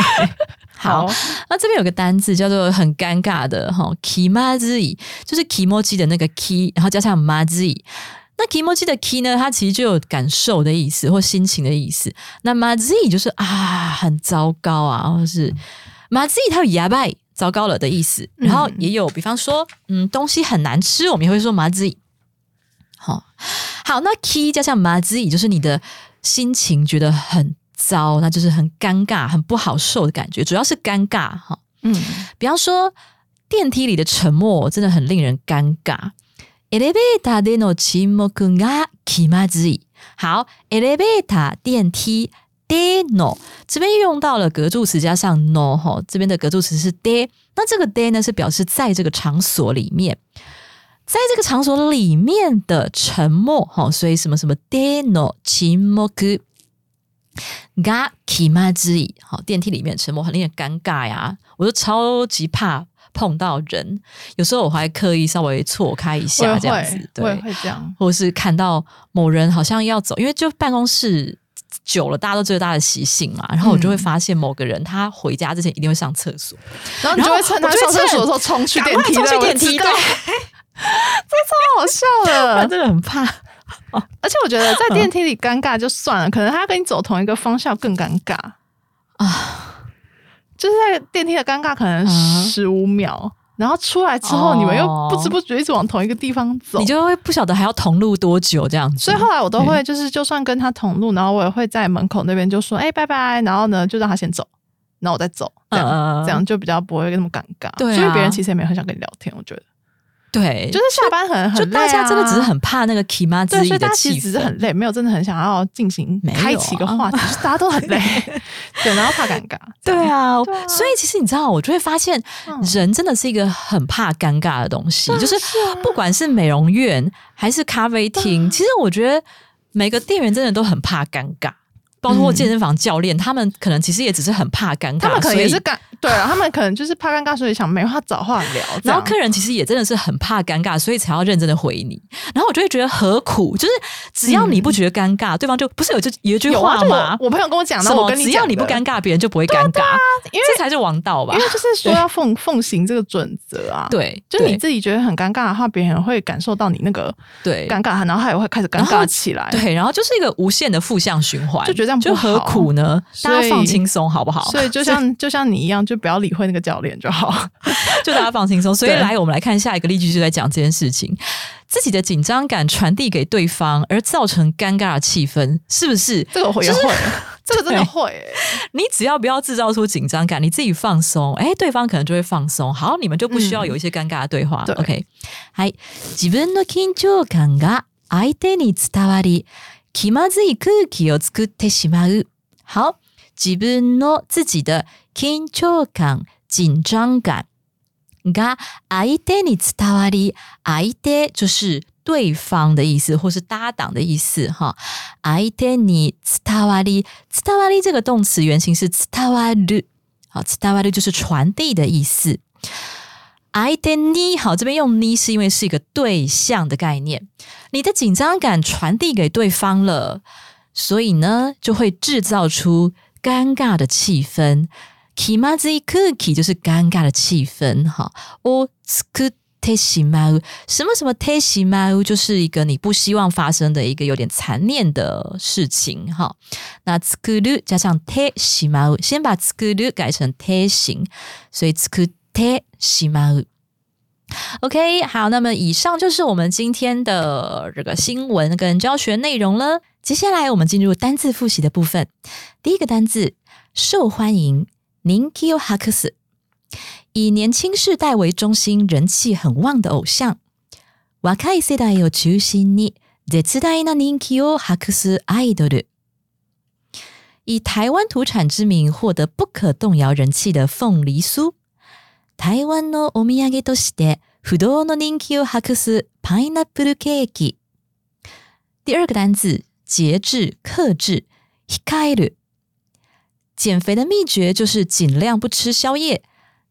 Speaker 1: 好，那这边有个单字叫做很尴尬的哈 k i m a z i 就是 kimoji 的那个 ki，然后加上 mazi。那 kimoji 的 ki 呢，它其实就有感受的意思或心情的意思。那 mazi 就是啊，很糟糕啊，或是 mazi 它有牙拜糟糕了的意思。
Speaker 2: 嗯
Speaker 1: 然后也有，比方说，嗯，东西很难吃，我们也会说 mazi。好，好，那 ki 加上 mazi 就是你的心情觉得很糟，那就是很尴尬、很不好受的感觉，主要是尴尬哈。
Speaker 2: 嗯，
Speaker 1: 比方说，电梯里的沉默真的很令人尴尬。Elevator での沈黙が気まずい。好，elevator 电梯での这边用到了格助词加上 no 哈，这边的格助词是 de，那这个 de 呢是表示在这个场所里面。在这个场所里面的沉默，哈，所以什么什么 de no 沈默が気まずい。好，电梯里面沉默很令人尴尬呀，我就超级怕碰到人，有时候我还刻意稍微错开一
Speaker 2: 我也
Speaker 1: 下这样
Speaker 2: 会
Speaker 1: 子，，
Speaker 2: 我也
Speaker 1: 对，
Speaker 2: 会这样。
Speaker 1: 或是看到某人好像要走，因为就办公室。久了，大家都知道他的习性嘛，然后我
Speaker 2: 嗯
Speaker 1: 就会发现某个人他回家之前一定会上厕所，
Speaker 2: 然后你就会趁他
Speaker 1: 然后我就
Speaker 2: 上
Speaker 1: 会
Speaker 2: 厕
Speaker 1: 趁
Speaker 2: 所的时候冲去电梯，
Speaker 1: 赶快冲去电
Speaker 2: 对
Speaker 1: 梯，
Speaker 2: 我知道
Speaker 1: 对，
Speaker 2: 太好笑
Speaker 1: 他
Speaker 2: 了。
Speaker 1: 真的很怕。
Speaker 2: 而且我觉得在电梯里尴尬就算了，可能他跟你走同一个方向更尴尬啊。就是在电梯的尴尬可能
Speaker 1: 啊
Speaker 2: 十五秒，然后出来之后
Speaker 1: 哦
Speaker 2: 你们又不知不觉一直往同一个地方走
Speaker 1: 你。就会不晓得还要同路多久这样子。
Speaker 2: 所以后来我都会就是就算跟他同路，然后我也会在门口那边就说哎、拜拜，然后呢就让他先走，然后我再走，这样、
Speaker 1: 嗯嗯嗯
Speaker 2: 这样就比较不会那么尴尬。
Speaker 1: 对啊
Speaker 2: 所以别人其实也没有很想跟你聊天，我觉得
Speaker 1: 对，
Speaker 2: 就是下班很很
Speaker 1: 就
Speaker 2: 累
Speaker 1: 大家
Speaker 2: 啊
Speaker 1: 真的只是很怕那个 kima 之
Speaker 2: 对，
Speaker 1: 意
Speaker 2: 所以大
Speaker 1: 的
Speaker 2: 家其
Speaker 1: 气
Speaker 2: 实只
Speaker 1: 氛
Speaker 2: 是。很累，没有真的很想要进行
Speaker 1: 没有啊
Speaker 2: 开启一个话题，就是大家都 很累，对，然后怕尴尬，
Speaker 1: 对啊，
Speaker 2: 对啊
Speaker 1: 所以其实你知道，我就会发现
Speaker 2: 嗯，
Speaker 1: 人真的是一个很怕尴尬的东西，就是
Speaker 2: 啊
Speaker 1: 不管是美容院还是咖啡厅，其实我觉得每个店员真的都很怕尴尬，包括
Speaker 2: 嗯
Speaker 1: 健身房教练，他们可能其实也只是很怕尴尬，
Speaker 2: 他们可能也
Speaker 1: 啊所以。
Speaker 2: 是尴，对了，他们可能就是怕尴尬，所以想没话找话聊，这
Speaker 1: 然
Speaker 2: 样
Speaker 1: 后客人其实也真的是很怕尴尬，所以才要认真的回你。然后我就会觉得何苦？就是只要你不觉得尴尬，对方就不是有这有一句
Speaker 2: 有啊，
Speaker 1: 话
Speaker 2: 就
Speaker 1: 吗
Speaker 2: 我？我朋友跟我讲
Speaker 1: 什
Speaker 2: 的，我
Speaker 1: 么
Speaker 2: 跟你
Speaker 1: 只要
Speaker 2: 讲
Speaker 1: 你不
Speaker 2: 的
Speaker 1: 尴尬，别人就不会尴尬，
Speaker 2: 因为
Speaker 1: 这才是王道吧
Speaker 2: 因？为就是说要奉奉行这个准则啊，，
Speaker 1: 对，
Speaker 2: 就你
Speaker 1: 对
Speaker 2: 自己觉得很尴尬的话，别人会感受到你那个
Speaker 1: 对
Speaker 2: 尴尬，然后他也会开始尴
Speaker 1: 然后
Speaker 2: 尬起来，
Speaker 1: 对，然后就是一个无限的负向循环，
Speaker 2: 就觉得这样
Speaker 1: 就
Speaker 2: 不
Speaker 1: 何
Speaker 2: 好
Speaker 1: 苦呢？
Speaker 2: 所
Speaker 1: 大
Speaker 2: 以
Speaker 1: 家放轻松好不好？
Speaker 2: 所以就像就像你一样，就不要理会那个教练就好。
Speaker 1: 就大家放 轻松。所以
Speaker 2: 对
Speaker 1: 来，我们来看下一个例句，就在讲这件事情：自己的紧张感传递给对方，而造成尴尬的气氛，是不是？
Speaker 2: 这个我也
Speaker 1: 就是
Speaker 2: 会， 这个真的
Speaker 1: 对
Speaker 2: 会欸、
Speaker 1: 你只要不要制造出紧张感，你自己放松，哎，对方可能就会放松。好，你们就不需要有一些尴尬的对话。
Speaker 2: 对
Speaker 1: OK，はい、自分の緊張感が相手に伝わり、気まずい空気を作ってしまう。好，自分の自己的緊張感紧张感が相手に伝わり、相手就是对方的意思，或是搭档的意思，哈。相手に伝わり，伝わり这个动词原型是伝わる，好，伝わる就是传递的意思。相手に好，这边用に是因为是一个对象的概念，你的紧张感传递给对方了，所以呢就会制造出尴尬的气氛。気まずい空気就是尴尬的气氛，哈。を作ってしまう什么什么てしまう就是一个你不希望发生的一个有点残念的事情，哈。那作る加上てしまう，先把作る改成て形，所以作ってしまう。OK，好，那么以上就是我们今天的这个新闻跟教学内容了。接下来我们进入单字复习的部分。第一个单字受欢迎，人気を博す，以年轻世代为中心，人气很旺的偶像。若い世代を中心に絶大な人気を博すアイドル。以台湾土产之名获得不可动摇人气的凤梨酥。台湾のお土産として不動の人気を博すパイナップルケーキ。第二个单字，节制、克制、控える。减肥的秘诀就是尽量不吃宵夜，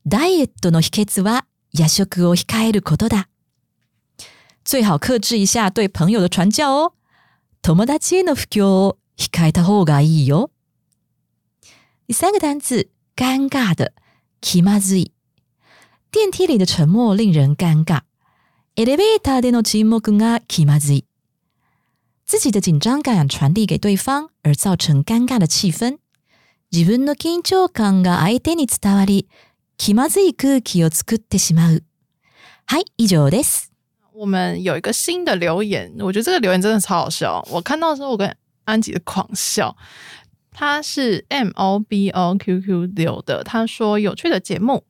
Speaker 1: ダイエットの秘訣は夜食を控えることだ。最好克制一下对朋友的传教哦。友達への布教を控えた方がいいよ。第三个单字，尴尬的気まずい。电梯里的沉默令人尴尬。エレベーターでの沈黙が気まずい。自己的紧张感传递给对方，而造成尴尬的气氛。自分の緊張感が相手に伝わり、気まずい空気を作ってしまう。はい、以上です。
Speaker 2: 我们有一个新的留言，我觉得这个留言真的超好笑。我看到的时候，我跟安吉的狂笑。他是 M O B O Q Q 留的，他说有趣的节目，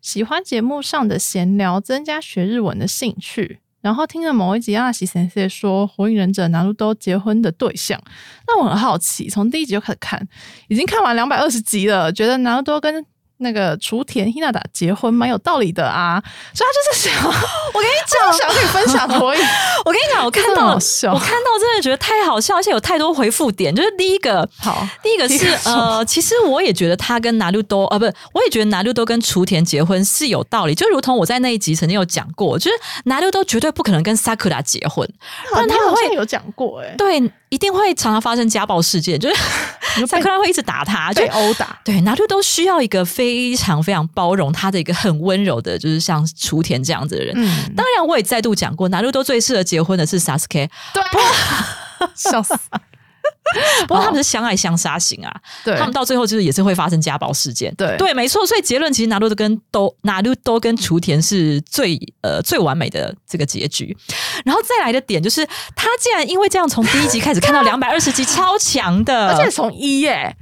Speaker 2: 喜欢节目上的闲聊，增加学日文的兴趣。然后听了某一集啊阿喜先生说《火影忍者》拿路都结婚的对象，那我很好奇，从第一集就开始看，已经看完两百二十集了，觉得拿路都跟那个雏田 Hinata 结婚蛮有道理的啊，所以他就是想要
Speaker 1: 我跟你讲，
Speaker 2: 就想跟你分享火 影，
Speaker 1: 我跟你讲，我看
Speaker 2: 真的
Speaker 1: 到
Speaker 2: 好笑
Speaker 1: 我看到真的觉得太好笑，而且有太多回复点。就是第一个，
Speaker 2: 好，
Speaker 1: 第一个
Speaker 2: 第一
Speaker 1: 是
Speaker 2: 个是什么
Speaker 1: 呃，其实我也觉得他跟拿路多啊，不是，我也觉得拿路多跟雏田结婚是有道理。就如同我在那一集曾经有讲过，就是拿路多绝对不可能跟萨库拉结婚，不然
Speaker 2: 你
Speaker 1: 他们
Speaker 2: 好像
Speaker 1: 会
Speaker 2: 有讲过哎、
Speaker 1: 对，一定会常常发生家暴事件，就是
Speaker 2: 你
Speaker 1: 萨
Speaker 2: 说
Speaker 1: 库拉会一直打他，就
Speaker 2: 被被殴打，
Speaker 1: 对，拿就都需要一个非常非常包容他的一个很温柔的，就是像雏田这样子的人。
Speaker 2: 嗯，
Speaker 1: 当然，我也再度讲过，拿路都最适合结婚的是 Sasuke，
Speaker 2: 对，啊 笑死，
Speaker 1: 不过他们是相爱相杀型啊，
Speaker 2: 对
Speaker 1: 他们到最后就是也是会发生家暴事件。
Speaker 2: 对
Speaker 1: 对，没错。所以结论其实拿路都跟都拿路都跟雏田是最呃最完美的这个结局。然后再来的点就是，他竟然因为这样从第一集开始看 到两百二十集，超强的，
Speaker 2: 而且从一耶、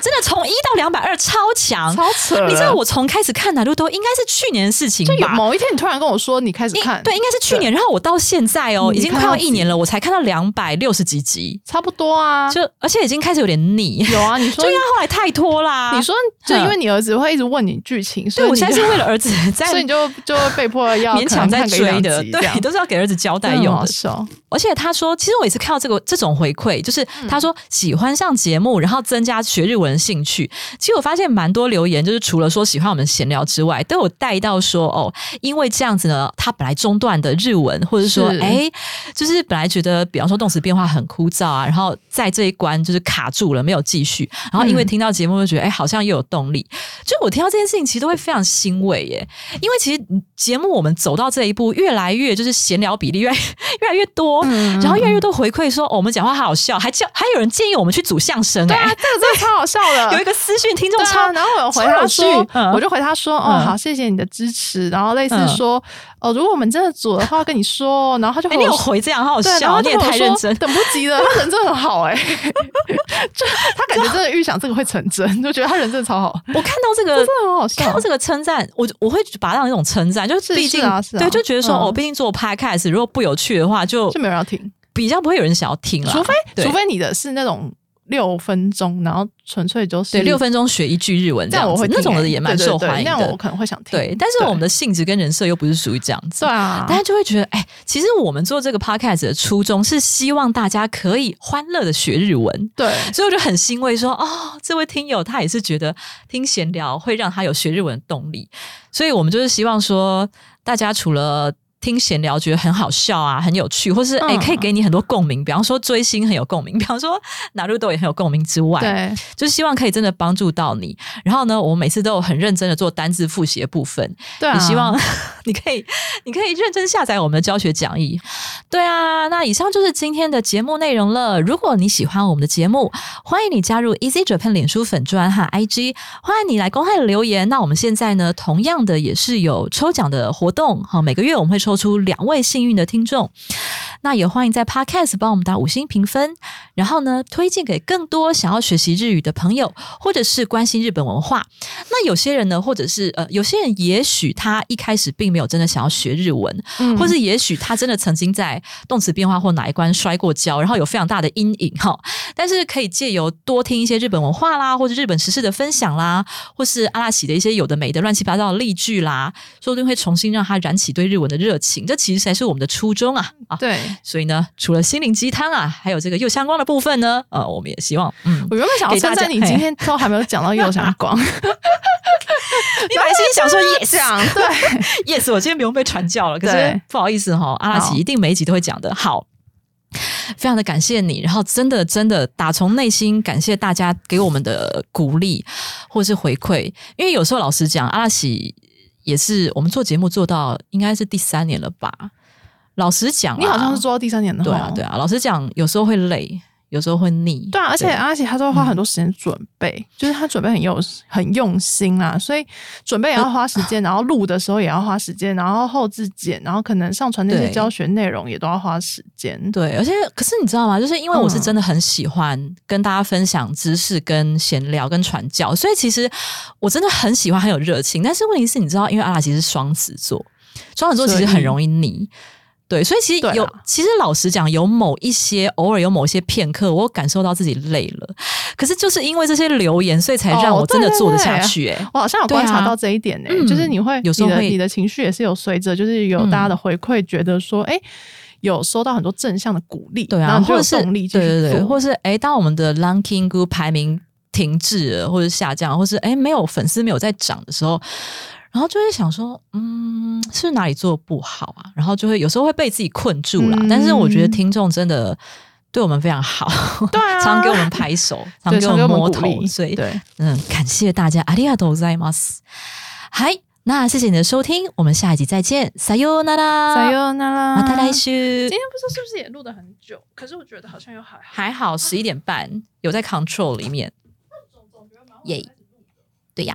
Speaker 1: 真的从一到两百二超强。
Speaker 2: 超扯的，
Speaker 1: 啊你知道我从开始看拿路都应该是去年的事情
Speaker 2: 就有
Speaker 1: 吧？
Speaker 2: 某一天你突然跟我说你开始
Speaker 1: 应
Speaker 2: 看，
Speaker 1: 对，应该是去年，然后我到现在哦，
Speaker 2: 嗯
Speaker 1: 已经
Speaker 2: 你看
Speaker 1: 快要
Speaker 2: 到
Speaker 1: 一
Speaker 2: 几
Speaker 1: 年了，我才看到两百六十几集，
Speaker 2: 差不多啊，
Speaker 1: 就而且已经开始有点腻，
Speaker 2: 有啊，你说
Speaker 1: 就因为他后来太拖啦。
Speaker 2: 你说就因为你儿子会一直问你剧情，所
Speaker 1: 对
Speaker 2: 以
Speaker 1: 我
Speaker 2: 你
Speaker 1: 现在是
Speaker 2: 就
Speaker 1: 为了儿子在
Speaker 2: 所以你就就会被迫要
Speaker 1: 勉强在追的，对，
Speaker 2: 对，
Speaker 1: 都是要给儿子交代
Speaker 2: 真的很
Speaker 1: 用
Speaker 2: 好
Speaker 1: 的。
Speaker 2: 笑，
Speaker 1: 哦而且他说，其实我也是看到这个这种回馈，就是他说喜欢上节目，然后增加学日文的兴趣。其实我发现蛮多留言，就是除了说喜欢我们闲聊之外，都有带到说哦，因为这样子呢，他本来中断的日文，或者说
Speaker 2: 是
Speaker 1: 哎，就是本来觉得，比方说动词变化很枯燥啊，然后在这一关就是卡住了，没有继续。然后因为
Speaker 2: 嗯
Speaker 1: 听到节目，就觉得哎，好像又有动力。就我听到这件事情，其实都会非常欣慰耶，因为其实节目我们走到这一步，越来越就是闲聊比例越来 越来越多，
Speaker 2: 嗯
Speaker 1: 然后越来越多回馈说、哦、我们讲话好好笑，还叫还有人建议我们去组相声
Speaker 2: 对
Speaker 1: 哎、
Speaker 2: 啊，这 个真的超好笑的，
Speaker 1: 有一个私讯听众
Speaker 2: 对
Speaker 1: 超、
Speaker 2: 啊，然后我有回他
Speaker 1: 超有
Speaker 2: 说
Speaker 1: 趣，嗯
Speaker 2: 我就回他说，哦，
Speaker 1: 嗯
Speaker 2: 好，谢谢你的支持。然后类似
Speaker 1: 嗯
Speaker 2: 说，哦，如果我们真的组的话，跟你说。哦然后他就
Speaker 1: 哎、
Speaker 2: 回
Speaker 1: 你
Speaker 2: 我
Speaker 1: 有
Speaker 2: 说，
Speaker 1: 回这样好好
Speaker 2: 对，然
Speaker 1: 笑，
Speaker 2: 后
Speaker 1: 你
Speaker 2: 就
Speaker 1: 也
Speaker 2: 回我
Speaker 1: 太认
Speaker 2: 说
Speaker 1: 真。
Speaker 2: 等不及了，他人真的很 好哎，就他感觉真的预想这个会成真，就觉得他人真的超好，
Speaker 1: 我看到这个
Speaker 2: 真。的很好
Speaker 1: 看
Speaker 2: 笑
Speaker 1: 到。这个称赞，我我会把它当一种称赞，就是
Speaker 2: 是
Speaker 1: 毕竟
Speaker 2: 是啊是啊
Speaker 1: 对，就觉得说、
Speaker 2: 嗯
Speaker 1: 哦，毕竟做 podcast 如果不有趣的话，就
Speaker 2: 就没有人要听，
Speaker 1: 比较不会有人想要听了。
Speaker 2: 除非
Speaker 1: 对
Speaker 2: 除非你的是那种六分钟，然后纯粹就是
Speaker 1: 对六，分钟学一句日文
Speaker 2: 这
Speaker 1: 这样
Speaker 2: 样
Speaker 1: 子，
Speaker 2: 我会听
Speaker 1: 那种的
Speaker 2: 欸
Speaker 1: 也蛮
Speaker 2: 对对
Speaker 1: 受
Speaker 2: 对
Speaker 1: 欢迎
Speaker 2: 那
Speaker 1: 的。
Speaker 2: 样我可能会想听。
Speaker 1: 对，但是
Speaker 2: 对
Speaker 1: 我们的性质跟人设又不是属于这样子
Speaker 2: 对。 啊，
Speaker 1: 大家就会觉得，哎、其实我们做这个 podcast 的初衷是希望大家可以欢乐的学日文，
Speaker 2: 对
Speaker 1: 所以我就很欣慰说，哦，这位听友他也是觉得听闲聊会让他有学日文的动力，所以我们就是希望说，大家除了听闲聊觉得很好笑啊，很有趣，或是哎、
Speaker 2: 嗯
Speaker 1: 可以给你很多共鸣，比方说追星很有共鸣，比方说哪路豆也很有共鸣之外，
Speaker 2: 对，
Speaker 1: 就是希望可以真的帮助到你。然后呢，我每次都有很认真的做单字复习的部分，
Speaker 2: 对啊，
Speaker 1: 也希望 你可以，你可以认真下载我们的教学讲义。对啊，那以上就是今天的节目内容了。如果你喜欢我们的节目，欢迎你加入 Easy Japan 脸书粉专和 IG，欢迎你来公开留言。那我们现在呢，同样的也是有抽奖的活动，好，每个月我们会抽出两位幸运的听众。那也欢迎在 Podcast 帮我们打五星评分，然后呢，推荐给更多想要学习日语的朋友，或者是关心日本文化。那有些人呢，或者是呃，有些人也许他一开始并没有真的想要学日文，
Speaker 2: 嗯
Speaker 1: 或是也许他真的曾经在动词变化或哪一关摔过跤，然后有非常大的阴影哈。但是可以借由多听一些日本文化啦，或者日本时事的分享啦，或是阿拉喜的一些有的没的乱七八糟的例句啦，说不定会重新让他燃起对日文的热情。这其实才是我们的初衷啊啊！
Speaker 2: 对。
Speaker 1: 所以呢，除了心灵鸡汤啊，还有这个又相关的部分呢，呃，我们 也希望，嗯，
Speaker 2: 我原本想要
Speaker 1: 给大
Speaker 2: 称
Speaker 1: 家
Speaker 2: 赞你今天都还没有讲到右翔光，
Speaker 1: 本来心里想 说 yes
Speaker 2: 讲对
Speaker 1: yes，我今天不用被传教了。可是
Speaker 2: 对
Speaker 1: 不好意思哈、阿拉奇
Speaker 2: 好
Speaker 1: 一定每一集都会讲的。好，非常的感谢你，然后真的真的打从内心感谢大家给我们的鼓励或是回馈，因为有时候老实讲，阿拉奇也是我们做节目做到应该是第三年了吧。老实讲啊、
Speaker 2: 你好像是做到第三年的
Speaker 1: 对啊，对
Speaker 2: 啊，
Speaker 1: 啊，老实讲，有时候会累，有时候会腻。
Speaker 2: 对啊，而且
Speaker 1: 对
Speaker 2: 阿喜他都花很多时间准 备，就是他准备很用很用心啦，所以准备也要花时间，然后录的时候也要花时间，然后后置剪，然后可能上传那些
Speaker 1: 对
Speaker 2: 教学内容也都要花时间。
Speaker 1: 对，而且可是你知道吗？就是因为我是
Speaker 2: 嗯
Speaker 1: 真的很喜欢跟大家分享知识、跟闲聊、跟传教，所以其实我真的很喜欢，很有热情。但是问题是，你知道，因为阿拉其实是双子座，双子座其实很容易腻。对，所以其实
Speaker 2: 对啊
Speaker 1: 有，其实老实讲，有某一些偶尔有某一些片刻，我感受到自己累了。可是就是因为这些留言，所以才让
Speaker 2: 哦
Speaker 1: 我真的
Speaker 2: 对对
Speaker 1: 做得
Speaker 2: 对
Speaker 1: 下去、欸。
Speaker 2: 我好像有
Speaker 1: 对啊
Speaker 2: 观察到这一点呢、
Speaker 1: 嗯
Speaker 2: 就是你会
Speaker 1: 有时候
Speaker 2: 你的
Speaker 1: 会
Speaker 2: 你的情绪也是有随着，就是有
Speaker 1: 嗯
Speaker 2: 大家的回馈，觉得说，哎、有收到很多正向的鼓励，
Speaker 1: 对
Speaker 2: 然
Speaker 1: 啊，
Speaker 2: 后就
Speaker 1: 或
Speaker 2: 有
Speaker 1: 者是
Speaker 2: 动力继
Speaker 1: 对
Speaker 2: 续
Speaker 1: 对对，
Speaker 2: 做
Speaker 1: 或是诶，当我们的 ranking group 排名停滞了，或者下降，或是诶没有粉丝没有在涨的时候，然后就会想说，嗯，是不是哪里做得不好啊？然后就会有时候会被自己困住啦。
Speaker 2: 嗯
Speaker 1: 但是我觉得听众真的。对我们非常好，
Speaker 2: 对啊
Speaker 1: 常给我们拍手，常
Speaker 2: 对
Speaker 1: 给
Speaker 2: 常给
Speaker 1: 们
Speaker 2: 我们
Speaker 1: 摸
Speaker 2: 鼓
Speaker 1: 头，
Speaker 2: 励
Speaker 1: 所以
Speaker 2: 对，
Speaker 1: 嗯，感谢大家，ありがとうございます。嗨，那谢谢你的收听，我们下一集再见，さようなら，
Speaker 2: さ，ようなら，
Speaker 1: また啊来週
Speaker 2: 今。天不知道是不是也录的很久，可是我觉得好像又还好。
Speaker 1: 还好十一点半有在 Control 里面，耶，对呀、